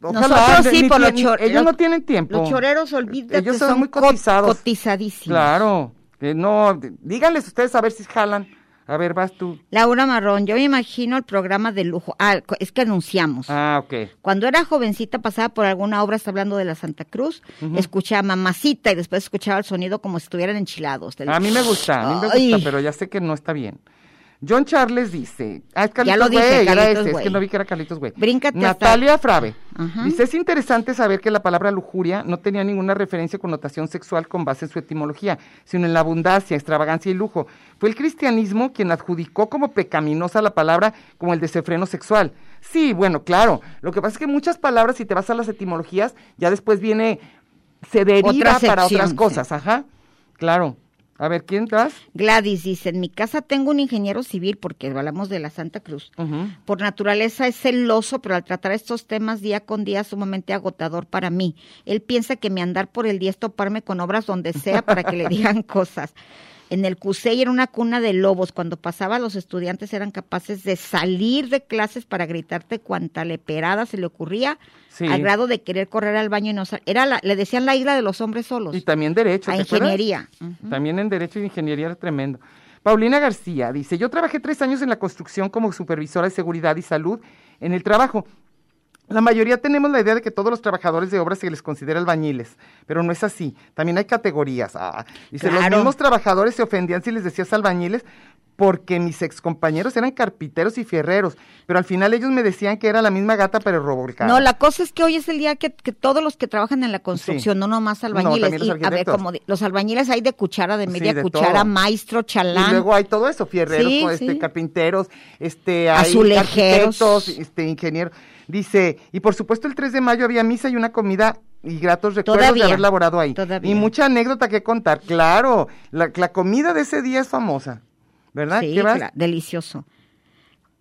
Nosotros sí, ni por los tienen- chor- ellos los- no tienen tiempo. Los choreros, olvídate, Ellos son, son muy co- cotizados. cotizadísimos. Claro, que no, d- díganles ustedes a ver si jalan. A ver, vas tú. Laura Marrón, yo me imagino el programa de lujo. Ah, co- es que anunciamos. Ah, ok. Cuando era jovencita pasaba por alguna obra, está hablando de la Santa Cruz, escuchaba mamacita y después escuchaba el sonido como si estuvieran enchilados. Del- A mí me gusta, a mí me gusta, Ay. pero ya sé que no está bien. John Charles dice, ah, es Carlitos lo dije, Güey, era Carlitos ese, es Güey. que no vi que era Carlitos Güey. Bríncate hasta- Natalia Frave. Ajá. Dice, es interesante saber que la palabra lujuria no tenía ninguna referencia o connotación sexual con base en su etimología, sino en la abundancia, extravagancia y lujo. Fue el cristianismo quien adjudicó como pecaminosa la palabra como el desenfreno sexual. Sí, bueno, claro. Lo que pasa es que muchas palabras, si te vas a las etimologías, ya después viene, se deriva Otra para sección, otras sí. cosas, ajá. Claro. A ver, ¿quién estás? Gladys dice, en mi casa tengo un ingeniero civil, porque hablamos de la Santa Cruz. Por naturaleza es celoso, pero al tratar estos temas día con día es sumamente agotador para mí. Él piensa que mi andar por el día es toparme con obras donde sea para que le digan cosas. En el CUSEI era una cuna de lobos. Cuando pasaba, los estudiantes eran capaces de salir de clases para gritarte cuanta leperada se le ocurría, Sí. al grado de querer correr al baño y no sal- Era la- le decían la isla de los hombres solos. Y también derecho. Pues, a ¿te acuerdas? ingeniería. Ujú. También en Derecho y Ingeniería era tremendo. Paulina García dice, yo trabajé tres años en la construcción como supervisora de seguridad y salud en el trabajo. La mayoría tenemos la idea de que todos los trabajadores de obras se les considera albañiles, pero no es así. También hay categorías. Ah, dice, Claro. los mismos trabajadores se ofendían si les decías albañiles porque mis excompañeros eran carpinteros y fierreros, pero al final ellos me decían que era la misma gata pero revolcada. No, la cosa es que hoy es el día que, que todos los que trabajan en la construcción, Sí. no nomás No, albañiles. también los y, a ver, arquitectos. como di- los albañiles hay de cuchara, de Sí, media de cuchara, todo. maestro, chalán. Y luego hay todo eso, fierreros, Sí, co- este, sí. carpinteros, este, hay Azulejeros. arquitectos, este, ingenieros. Dice, y por supuesto el 3 de mayo había misa y una comida y gratos recuerdos Todavía, de haber laborado ahí. todavía. Y mucha anécdota que contar, claro. La, la comida de ese día es famosa, ¿verdad? Sí, ¿Qué vas? cla- delicioso.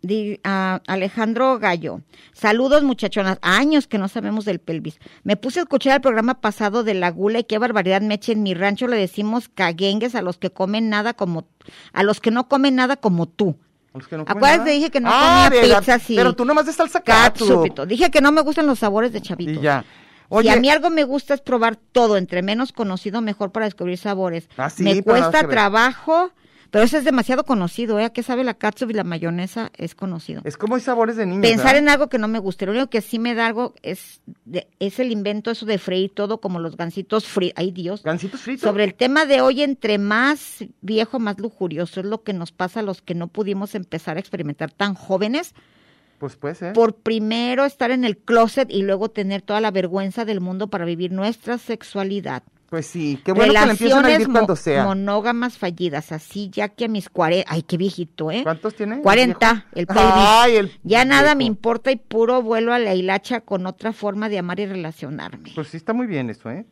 Di- ah, Alejandro Gallo, saludos muchachonas, años que no sabemos del pelvis. Me puse a escuchar el programa pasado de la gula y qué barbaridad me eche en mi rancho le decimos caguengues a los que comen nada como, a los que no comen nada como tú. Los que no comen Acuérdate, nada. dije que no Ah, comía de la- pizza sí. Pero tú nomás de salsa Catsup y catsup. todo. Dije que no me gustan los sabores de Y chavitos. ya. Si Oye, a mí algo me gusta es probar todo, entre menos conocido mejor para descubrir sabores. Ah, sí, me pero nada cuesta que ver. trabajo, pero eso es demasiado conocido, ¿eh? ¿A qué sabe la catsup y la mayonesa? Es conocido. es como hay sabores de niños, Pensar ¿verdad? en algo que no me guste, lo único que sí me da algo es, de- es el invento eso de freír todo como los gansitos fritos. Ay Dios. Gansitos fritos. Sobre el tema de hoy, entre más viejo, más lujurioso es lo que nos pasa a los que no pudimos empezar a experimentar tan jóvenes Pues puede ser. por primero estar en el closet y luego tener toda la vergüenza del mundo para vivir nuestra sexualidad. Pues sí, qué bueno que la empiezan a vivir mo- cuando sea. monógamas fallidas, así ya que a mis 40, ay, qué viejito, ¿eh? ¿Cuántos tiene? el 40, viejo? el pelvis. Ay, el ya nada me viejo. importa y puro vuelo a la hilacha con otra forma de amar y relacionarme. Pues sí, está muy bien eso, ¿eh?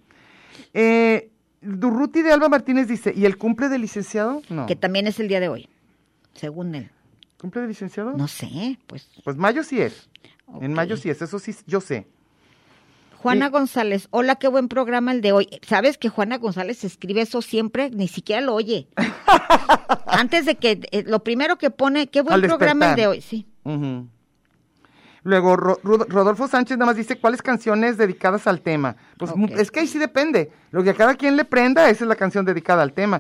eh Durruti de Alba Martínez dice, ¿y el cumple del licenciado? No. Que también es el día de hoy, según él. ¿Cumple del licenciado? No sé, pues. Pues mayo sí es. Ok. En mayo sí es, eso sí yo sé. Juana Sí. González, hola, qué buen programa el de hoy. ¿Sabes que Juana González escribe eso siempre? Ni siquiera lo oye. Antes de que, eh, lo primero que pone, qué buen Al programa el de despertar. hoy, sí. Ujú. Luego, Ro- Ru- Rodolfo Sánchez nada más dice, ¿cuáles canciones dedicadas al tema? Pues mu- Ok. es que ahí sí depende. Lo que a cada quien le prenda, esa es la canción dedicada al tema.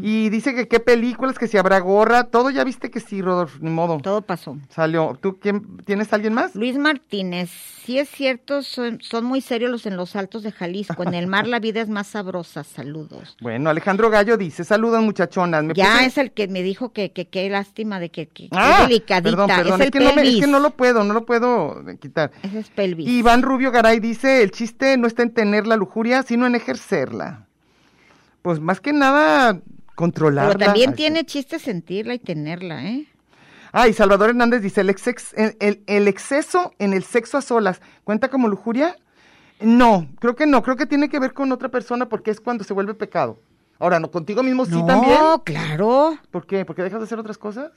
Y dice que qué películas, que si habrá gorra, todo ya viste que sí, Rodolfo, ni modo. Todo pasó. Salió. ¿Tú quién, tienes alguien más? Luis Martínez, sí es cierto, son, son muy serios los en los altos de Jalisco. En el mar la vida es más sabrosa. Saludos. Bueno, Alejandro Gallo dice, saludan muchachonas. Me ya puse- es el que me dijo que que- qué lástima de que, que, qué Ah, delicadita. perdón, perdón, es el que no me- pelvis. es que no lo puedo, no lo puedo eh, quitar. Ese es pelvis. Iván Rubio Garay dice, el chiste no está en tener la lujuria, sino en ejercerla. Pues más que nada, controlarla. Pero también Ay, tiene sí. chiste sentirla y tenerla, ¿eh? Ah, y Salvador Hernández dice, el, ex- ex- el- el- el exceso en el sexo a solas, ¿cuenta como lujuria? No, creo que no, creo que tiene que ver con otra persona porque es cuando se vuelve pecado. Ahora, no, contigo mismo sí no, también. claro. ¿Por qué? ¿Porque dejas de hacer otras cosas?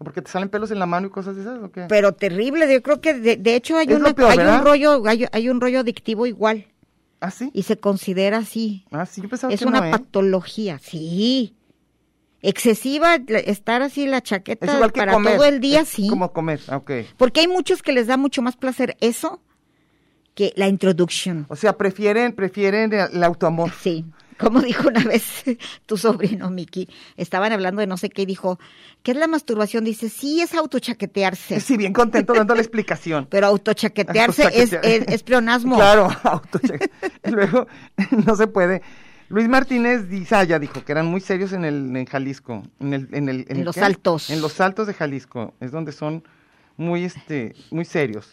¿O porque te salen pelos en la mano y cosas de esas? ¿O qué? Pero terrible, yo creo que de, de hecho hay, Es una- lo peor, hay un ¿verdad? rollo hay, hay un rollo adictivo igual ¿Ah, sí? y se considera así. Ah, sí, yo pensaba Es que una no, ¿eh? patología, sí. Excesiva la- estar así la Es chaqueta igual que para comer. todo el día, es sí. Como comer, ah, ok. Porque hay muchos que les da mucho más placer eso que la introducción. O sea, prefieren, prefieren el el autoamor. Sí, como dijo una vez tu sobrino Miki, estaban hablando de no sé qué y dijo, ¿qué es la masturbación? Dice, sí, es autochaquetearse. Sí, bien contento dando la explicación. Pero autochaquetearse es, es, Autochaquetear. es pleonasmo. Claro, autochaque- Y Luego, no se puede. Luis Martínez dice, ah, ya dijo, que eran muy serios en el en Jalisco. En, el, en, el, En el los qué? altos. En los altos de Jalisco. Es donde son muy, este, muy serios.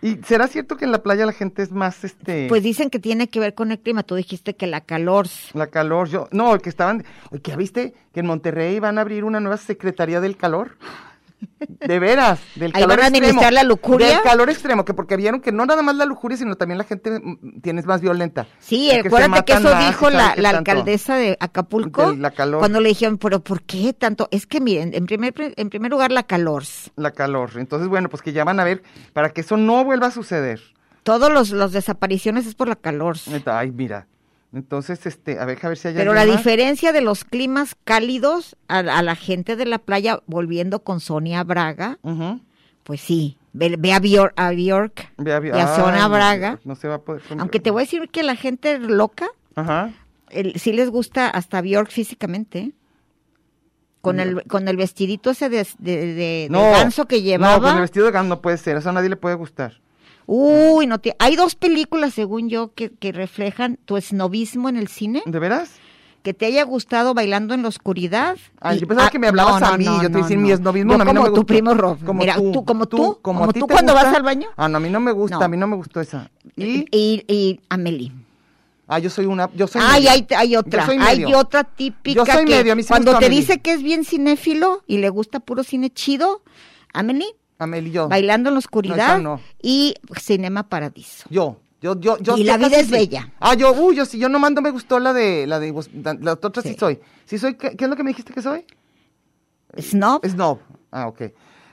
¿Y será cierto que en la playa la gente es más, este... Pues dicen que tiene que ver con el clima. Tú dijiste que la calor. La calor, yo. No, que estaban. Oye, ¿qué viste? Que en Monterrey van a abrir una nueva Secretaría del Calor. De veras, del Ahí calor van a extremo. administrar la lujuria. Del calor extremo, que porque vieron que no nada más la lujuria, sino también la gente mm, tienes más violenta. Sí, La que se acuérdate que matan eso más, dijo ¿sabe la, qué la tanto? alcaldesa de Acapulco De la calor. cuando le dijeron, pero ¿por qué tanto? Es que miren, en primer, en primer lugar la calor. La calor. Entonces, bueno, pues que ya van a ver para que eso no vuelva a suceder. Todos los, los desapariciones es por la calor. Neta, Ay, mira. Entonces, este, a ver, a ver si hay Pero la alguien más. diferencia de los climas cálidos a, a la gente de la playa, volviendo con Sonia Braga, Ujú. pues sí, ve, ve a, Bior- a Bjork Ve a- y a Sonia ay, Braga. No se va a poder. Aunque te voy a decir que la gente loca Ajá. el- sí les gusta hasta Bjork físicamente. ¿eh? Con el, con el vestidito ese de, de, de- de ganso que No, con el llevaba. vestido de ganso no puede ser. Eso a nadie le puede gustar. Uy, no te- hay dos películas, según yo, que, que reflejan tu esnovismo en el cine. ¿De veras? Que te haya gustado bailando en la oscuridad. Ay, y- ah, yo pensaba que me hablabas a mí, yo te iba a decir mi esnovismo, Yo no, a mí no como me tu gustó. primo Rob. Como Mira, tú, tú, como tú, tú, como como, a ti tú te cuando vas gusta. al baño. Ah, no, a mí no me gusta, No. Eh, a mí no me gustó esa. Y, Y, y, y Amelie. ah, yo soy una, yo soy Ay, medio. hay, hay otra, Yo soy hay medio. otra típica Yo soy que medio, a mí sí me cuando gusta te Amelie. dice que es bien cinéfilo y le gusta puro cine chido, Amelie, Amel y yo. bailando en la oscuridad esa no. y Cinema Paradiso. Yo, yo, yo, yo. Y yo la vida casi es sí. bella. Ah, yo, uy, yo sí, yo nomás no me gustó la de, la de, vos- la, la otra sí. Sí. soy. Sí soy, ¿qué, qué es lo que me dijiste que soy? Snob, Snob. Ah, ok.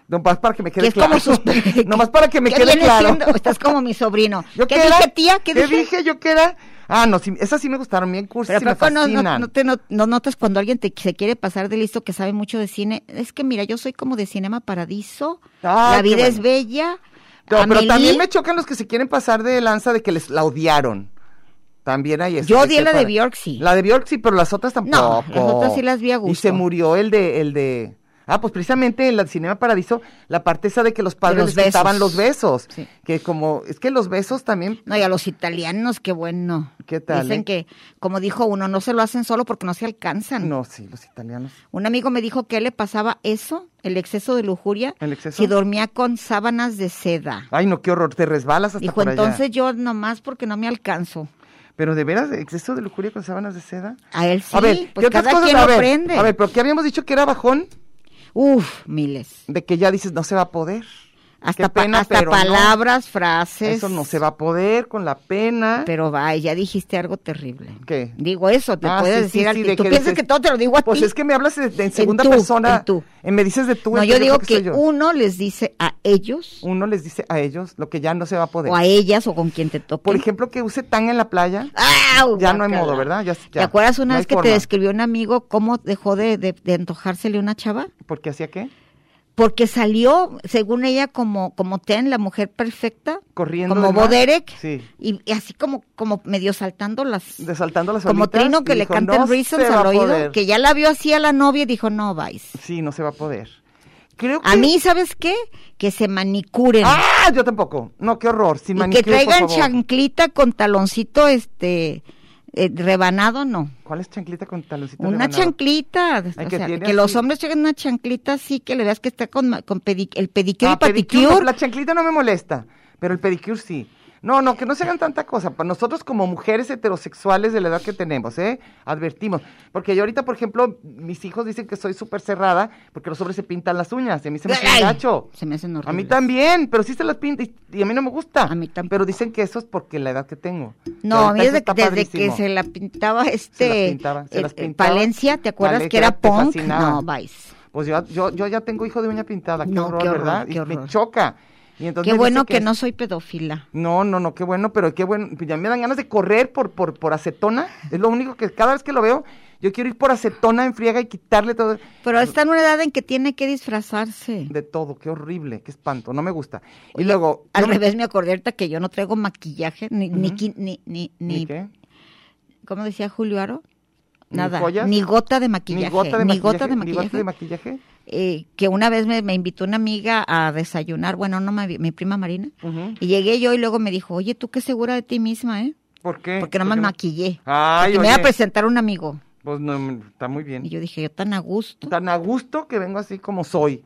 Nomás para que me que quede es claro. como sus Nomás para que me ¿Qué quede viene claro. siendo? Estás como mi sobrino. ¿Yo ¿Qué qué era? dije, tía? ¿Qué, dije? yo que era? Ah, no, sí, esas sí me gustaron bien cursi, Pero sí ¿a me poco no, no- fascinan. no te no- no notas cuando alguien te, se quiere pasar de listo que sabe mucho de cine? Es que mira, yo soy como de Cinema Paradiso, Ah, la qué vida es bueno. bella. No, pero Amelie, también me chocan los que se quieren pasar de lanza de que les la odiaron. También hay eso. Yo odié la de Bjork, sí. La de Bjork sí, pero las otras tampoco. las otras sí las vi a Y se gusto. murió el de, el de. Ah, pues precisamente en la Cinema Paradiso, la parte esa de que los padres los les quitaban besos. los besos. Sí. Que como, es que los besos también. No, y a los italianos, qué bueno. ¿Qué tal, Dicen eh? que, como dijo uno, no se lo hacen solo porque no se alcanzan. No, sí, los italianos. Un amigo me dijo que a él le pasaba eso, el exceso de lujuria, ¿El exceso? si dormía con sábanas de seda. Ay, no, qué horror, te resbalas hasta Dijo, por allá. entonces yo nomás porque no me alcanzo. Pero de veras, exceso de lujuria con sábanas de seda. A él sí, a ver, pues ¿qué otras cada cosas? quien a lo ver, aprende. A ver, pero que habíamos dicho que era bajón, Uf, miles. de que ya dices no se va a poder. Hasta, Qué pena, pa- hasta pero no. palabras, frases. Eso no se va a poder con la pena. Pero vaya, ya dijiste algo terrible. ¿Qué? Digo eso, te Ah, puedes sí, sí, decir sí, al ti. de Tú que piensas que dices- todo te lo digo a Pues ti. es que me hablas de- de- en segunda tú, persona. en tú. Eh, me dices de tú. no, entonces yo digo creo que, soy yo. uno les dice a ellos uno les dice a ellos lo que ya no se va a poder. o a ellas o con quien te toque. Por ejemplo, que use tan en la playa. ¡Au! Ya no hay Guácala. modo, ¿verdad? Ya- ¿Te ya, acuerdas una no vez hay que forma. te describió un amigo cómo dejó de, de, de antojársele una chava? Porque hacía qué? Porque salió, según ella, como, como Ten, la mujer perfecta. Corriendo Como del mar. Boderek. Sí. Y, y así como, como medio saltando las. Desaltando las como olitas, Trino que y le dijo, canta "No el Reasons se va al a oído. poder". Que ya la vio así a la novia y dijo, no vais. Sí, no se va a poder. Creo que A mí, ¿sabes qué? Que se manicuren. Ah, yo tampoco. No, qué horror. Sin y manicure, que traigan por favor. chanclita con taloncito este eh, rebanado, no. ¿Cuál es chanclita con taloncito Una rebanado? chanclita, o Ay, sea, que que, tiene los así. hombres traigan una chanclita así que le veas que está con, ma- con pedi- el pedicure Ah, y paticure. pedicure, La chanclita no me molesta, pero el pedicure sí. No, no, que no se hagan tanta cosa. Para nosotros como mujeres heterosexuales de la edad que tenemos, ¿eh? Advertimos. Porque yo ahorita, por ejemplo, mis hijos dicen que soy súper cerrada porque los hombres se pintan las uñas y a mí se me hace un Ay, gacho. se me hacen A mí horribles. también, pero sí se las pinta y, y a mí no me gusta. A mí tampoco. Pero dicen que eso es porque la edad que tengo. Y No, ahorita a mí eso desde, está desde que padrísimo. se la pintaba Se las este pintaba, se eh, las eh, pintaba. Palencia, ¿te acuerdas Vale, que era te punk? fascinaba. No, vais. Pues yo, yo, yo ya tengo hijo de uña pintada, qué No, horror, qué horror, ¿verdad? Y qué me horror. choca. Y entonces Qué me bueno dice que, no es- soy pedófila. No, no, no, qué bueno, pero qué bueno. pues Ya me dan ganas de correr por, por, por acetona. Es lo único que cada vez que lo veo, yo quiero ir por acetona en friega y quitarle todo. Pero está en una edad en que tiene que disfrazarse. De todo, qué horrible, qué espanto, no me gusta. Y luego. Al yo me- revés me acordé ahorita que yo no traigo maquillaje, ni, ni, qui- ni, ni, ¿Ni ni- qué? ¿cómo decía Julio Aro? ¿Ni Nada, joyas? ni gota de maquillaje, ¿Ni gota de maquillaje? ni gota de ¿Ni gota maquillaje. de maquillaje? eh, que una vez me, me invitó una amiga a desayunar, bueno, no me- mi prima Marina, Ujú. y llegué yo y luego me dijo, oye, tú qué segura de ti misma, ¿eh? ¿Por qué? Porque no me maquillé. Ay, Porque me iba a oye. presentar un amigo. Pues no, está muy bien. Y yo dije, yo tan a gusto. tan a gusto que vengo así como soy.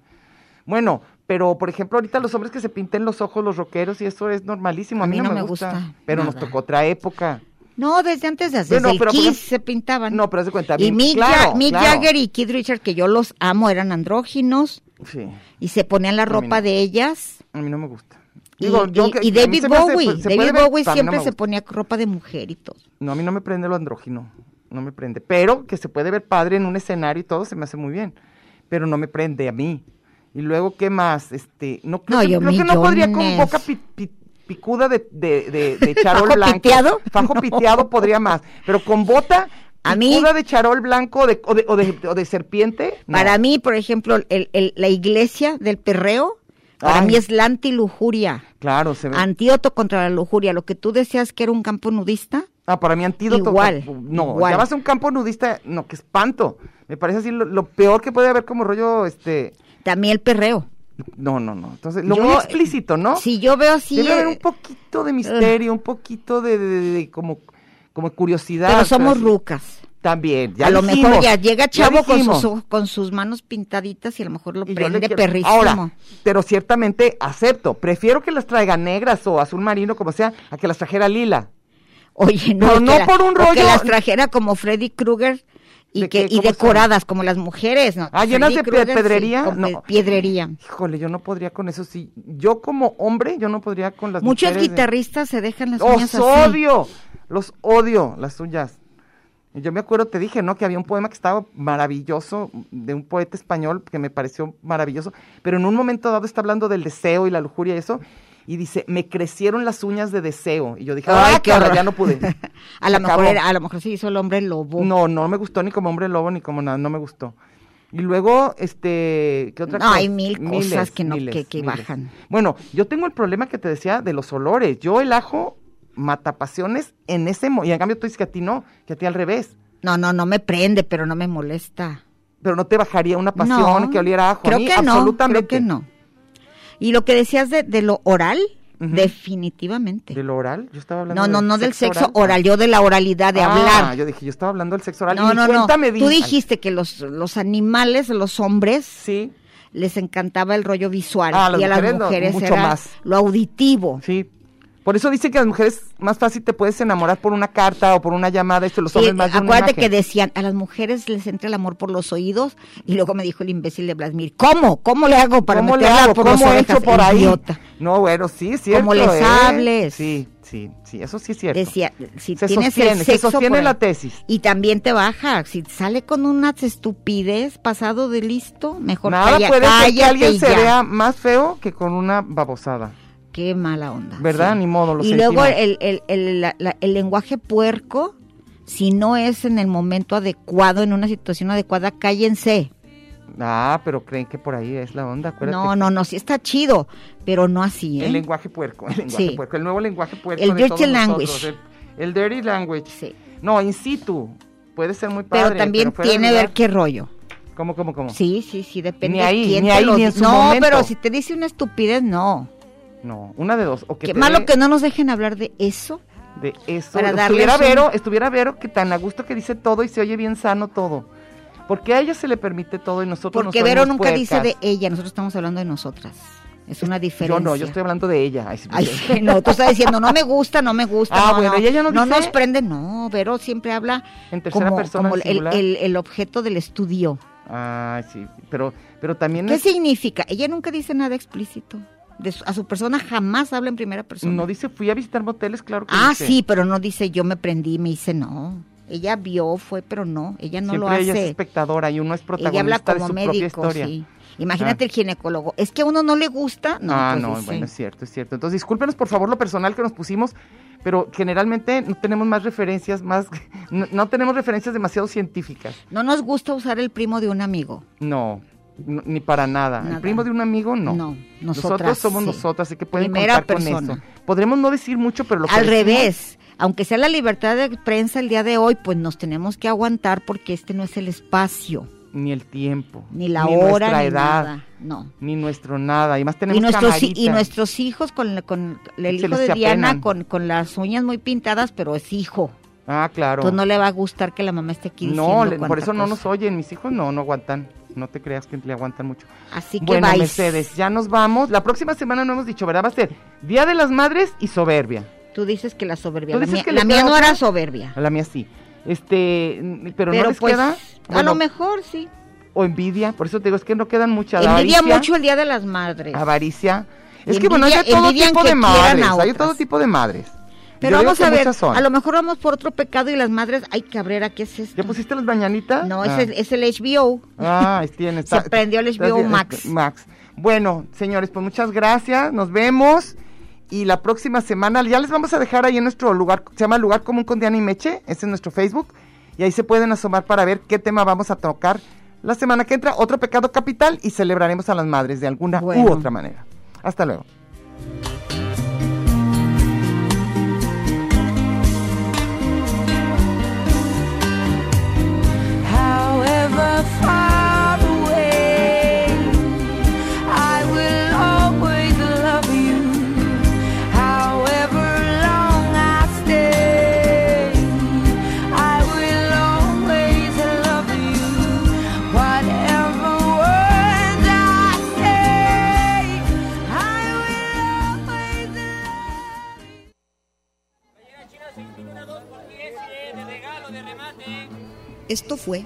Bueno, pero por ejemplo, ahorita los hombres que se pinten los ojos, los rockeros, y eso es normalísimo. A mí, no, me gusta. pero nos nada. tocó otra época. No, desde antes de hacer Bueno, el pero por Kiss ejemplo- se pintaban. No, pero haz de cuenta, Y Mick- Mick, claro, Ja- Mick claro. Jagger y Keith Richards, que yo los amo, eran andróginos. Sí. y se ponían la A mí no. ropa de ellas. A mí no me gusta. Y, Digo, yo y- que- y a mí David se me hace- pues, Bowie, se puede David ver, Bowie pero a mí no siempre me se gusta. ponía ropa de mujer y todo. No, a mí no me prende lo andrógino, no me prende. Pero que se puede ver padre en un escenario y todo, se me hace muy bien. Pero no me prende a mí. Y luego, ¿qué más? Este, no creo, No, que, yo creo que no podría con millones. boca pi- pi- picuda de, de, de, de charol ¿Fajo blanco. piteado? Fajo No. piteado podría más. Pero con bota A mí- picuda de charol blanco de- o, de, o de- o de serpiente. no. Para mí, por ejemplo, el- el- la iglesia del perreo, para Ay. mí es la antilujuria. Claro, se ve. Antídoto contra la lujuria. Lo que tú decías que era un campo nudista, Ah, para mí antídoto. Igual, No, igual. ya vas a un campo nudista, no, qué espanto. Me parece así lo, lo peor que puede haber como rollo, este... también el perreo. No, no, no. Entonces, lo Yo- muy explícito, ¿no? Si yo veo así... Debe haber eh, un poquito de misterio, un poquito de, de- de- de como, como curiosidad. pero somos así. rucas. También, ya a lo dijimos, mejor ya llega Chavo con dijimos. sus, ojos- con sus manos pintaditas y a lo mejor lo Y yo le prende quiero- perrísimo. Ahora, pero ciertamente acepto. Prefiero que las traiga negras o azul marino, como sea, a que las trajera lila. Oye, no, Pero que no por un o Que rollo- las trajera como Freddy Krueger y ¿De que qué? y ¿Cómo se decoradas como las mujeres, ¿no? Ah, llenas Freddy de Krueger, sí, pedrería, con pe- no. piedrería. Híjole, yo no podría con eso. Sí, yo como hombre, yo no podría con las Muchos mujeres de- guitarristas se dejan las uñas Los así. odio, los odio, las uñas. Y Yo me acuerdo, te dije, ¿no? Que había un poema que estaba maravilloso, de un poeta español que me pareció maravilloso, pero en un momento dado está hablando del deseo y la lujuria y eso, y dice, me crecieron las uñas de deseo. Y yo dije, Ay, ¡ay, qué qué horror. Ya no pude. A lo Se mejor acabó. era- a lo mejor se hizo el hombre lobo. No, no me gustó ni como hombre lobo ni como nada, no me gustó. Y luego, este, ¿qué otra No, hay mil cosas que no- que- que bajan. Bueno, yo tengo el problema que te decía de los olores. Yo el ajo mata pasiones en ese mo- y en cambio tú dices que a ti no, que a ti al revés. No, no, no me prende, pero no me molesta. Pero no te bajaría una pasión No, que oliera a ajo. A Creo mí, que no, absolutamente. creo que no. Y lo que decías de, de lo oral, Ujú. definitivamente. ¿Del oral? Yo estaba hablando No, no, del no del sexo oral. Ah. yo de la oralidad, de Ah, hablar. yo dije, yo estaba hablando del sexo oral. No, y no, no. cuéntame, di- Tú Ay, dijiste que los, los animales, los hombres, Sí, les encantaba el rollo visual. Ah, las y a las mujeres no, mujeres mucho era más. lo auditivo. Sí. Por eso dicen que las mujeres más fácil te puedes enamorar por una carta o por una llamada, esto los Sí, hombres más de una acuérdate que imagen. decían, a las mujeres les entra el amor por los oídos, y luego me dijo el imbécil de Vladimir, ¿cómo? ¿Cómo le hago para ¿Cómo le meterla hago? por las ¿Cómo he orejas? hecho por ahí? Idiota. No, bueno, sí, es cierto. Como les ¿eh? hables. Sí, sí, sí, eso sí es cierto. Decía, si Se tienes el sostiene, se sexo sostiene por ahí, la tesis. Y también te baja, si sale con una estupidez pasado de listo, mejor Nada calla- puede ser que cállate y alguien se ya. vea más feo que con una babosada. Qué mala onda. ¿Verdad? Ni modo, lo Y luego sentimos. el, el- el- la- la- el lenguaje puerco, si no es en el momento adecuado, en una situación adecuada, cállense. Ah, pero creen que por ahí es la onda, acuérdate. No, no, no, sí está chido, pero no así, ¿eh? El lenguaje puerco, el lenguaje Sí. puerco, el nuevo lenguaje puerco. El de dirty todos language. nosotros, El, el dirty language. Sí. No, in situ. Puede ser muy padre. pero también fuera de tiene lugar- ver qué rollo. ¿Cómo, cómo, cómo? Sí, sí, sí, depende Ni ahí, de quién ni te ahí, lo ni di- en su No, momento. pero si te dice una estupidez, no. No, una de dos. O que Qué te malo dé que no nos dejen hablar de eso. de eso. para darles estuviera un- Vero, estuviera Vero que tan a gusto que dice todo y se oye bien sano todo. Porque a ella se le permite todo y nosotros Porque nos Vero volvemos nunca dice de puercas. ella, nosotros estamos hablando de nosotras. Es una diferencia. Yo no, yo estoy hablando de ella. Ay, sí, Ay, pues, sí, no, tú estás diciendo, no me gusta, no me gusta. Ah, no, bueno, no, ¿y ella no dice? nos prende, no, Vero siempre habla En tercera como, persona, como en el, singular. el- el objeto del estudio. Ay, sí, pero, pero también ¿Qué es- significa? Ella nunca dice nada explícito. De su- a su persona jamás habla en primera persona. no dice, fui a visitar moteles, claro que ah, dice. sí, pero no dice, yo me prendí, me hice, no. Ella vio, fue, pero no, ella no Siempre lo ella es hace. espectadora y uno es Ella habla protagonista de como su propia médico, historia. sí. Imagínate Ah. el ginecólogo. Es que a uno no le gusta. No, ah, pues no, dice, bueno, es cierto, es cierto. Entonces, discúlpenos por favor lo personal que nos pusimos, pero generalmente no tenemos más referencias, más no, no tenemos referencias demasiado científicas. no nos gusta usar el primo de un amigo. No, no, ni para nada. Nada. El primo de un amigo, no. No, nosotras, Nosotros somos sí. nosotras, así que pueden Primera contar con persona. eso. Podremos no decir mucho, pero lo que Al decimos- revés, aunque sea la libertad de prensa el día de hoy, pues nos tenemos que aguantar porque este no es el espacio, Ni el tiempo. ni la hora, nuestra ni edad. nada. No. Ni nuestro nada. Y más tenemos Y nuestros, hi- camarita. y nuestros hijos con, la- con el Se hijo les de se Diana apenan. con, con las uñas muy pintadas, pero es hijo. Ah, claro. Entonces pues no le va a gustar que la mamá esté aquí No, diciendo le- por cuánta eso no cosa. nos oyen. Mis hijos no, no aguantan. No te creas que le aguantan mucho. Así que bueno, vais. Mercedes, ya nos vamos. La próxima semana no hemos dicho, ¿verdad? Va a ser Día de las Madres y Soberbia. Tú dices que la soberbia. Tú La dices mía, que le la mía queda no otra. era soberbia. A la mía sí. Este, pero, no les pues, queda. a lo bueno, mejor sí. o envidia. Por eso te digo, es que no quedan muchas. La Envidia avaricia, mucho el Día de las Madres. Avaricia. Es Y que bueno, hay de envidia- todo envidian tipo que de quieran a madres. Hay de otras. todo tipo de madres. Pero Yo digo vamos que a ver, muchas son. a lo mejor vamos por otro pecado y las madres, ay cabrera, ¿qué es esto? ¿Ya pusiste las mañanitas? No, Ah. ese es, es el HBO. Ah, ahí tiene. Se prendió el HBO Max. Max. Bueno, señores, pues muchas gracias. Nos vemos. Y la próxima semana ya les vamos a dejar ahí en nuestro lugar, se llama Lugar Común con Diana y Meche, ese es nuestro Facebook. Y ahí se pueden asomar para ver qué tema vamos a tocar la semana que entra. Otro pecado capital y celebraremos a las madres de alguna u Bueno. otra manera. Hasta luego. However far away, I will always love you. However long I stay, I will always love you. Whatever words I say, I will always love you. Esto fue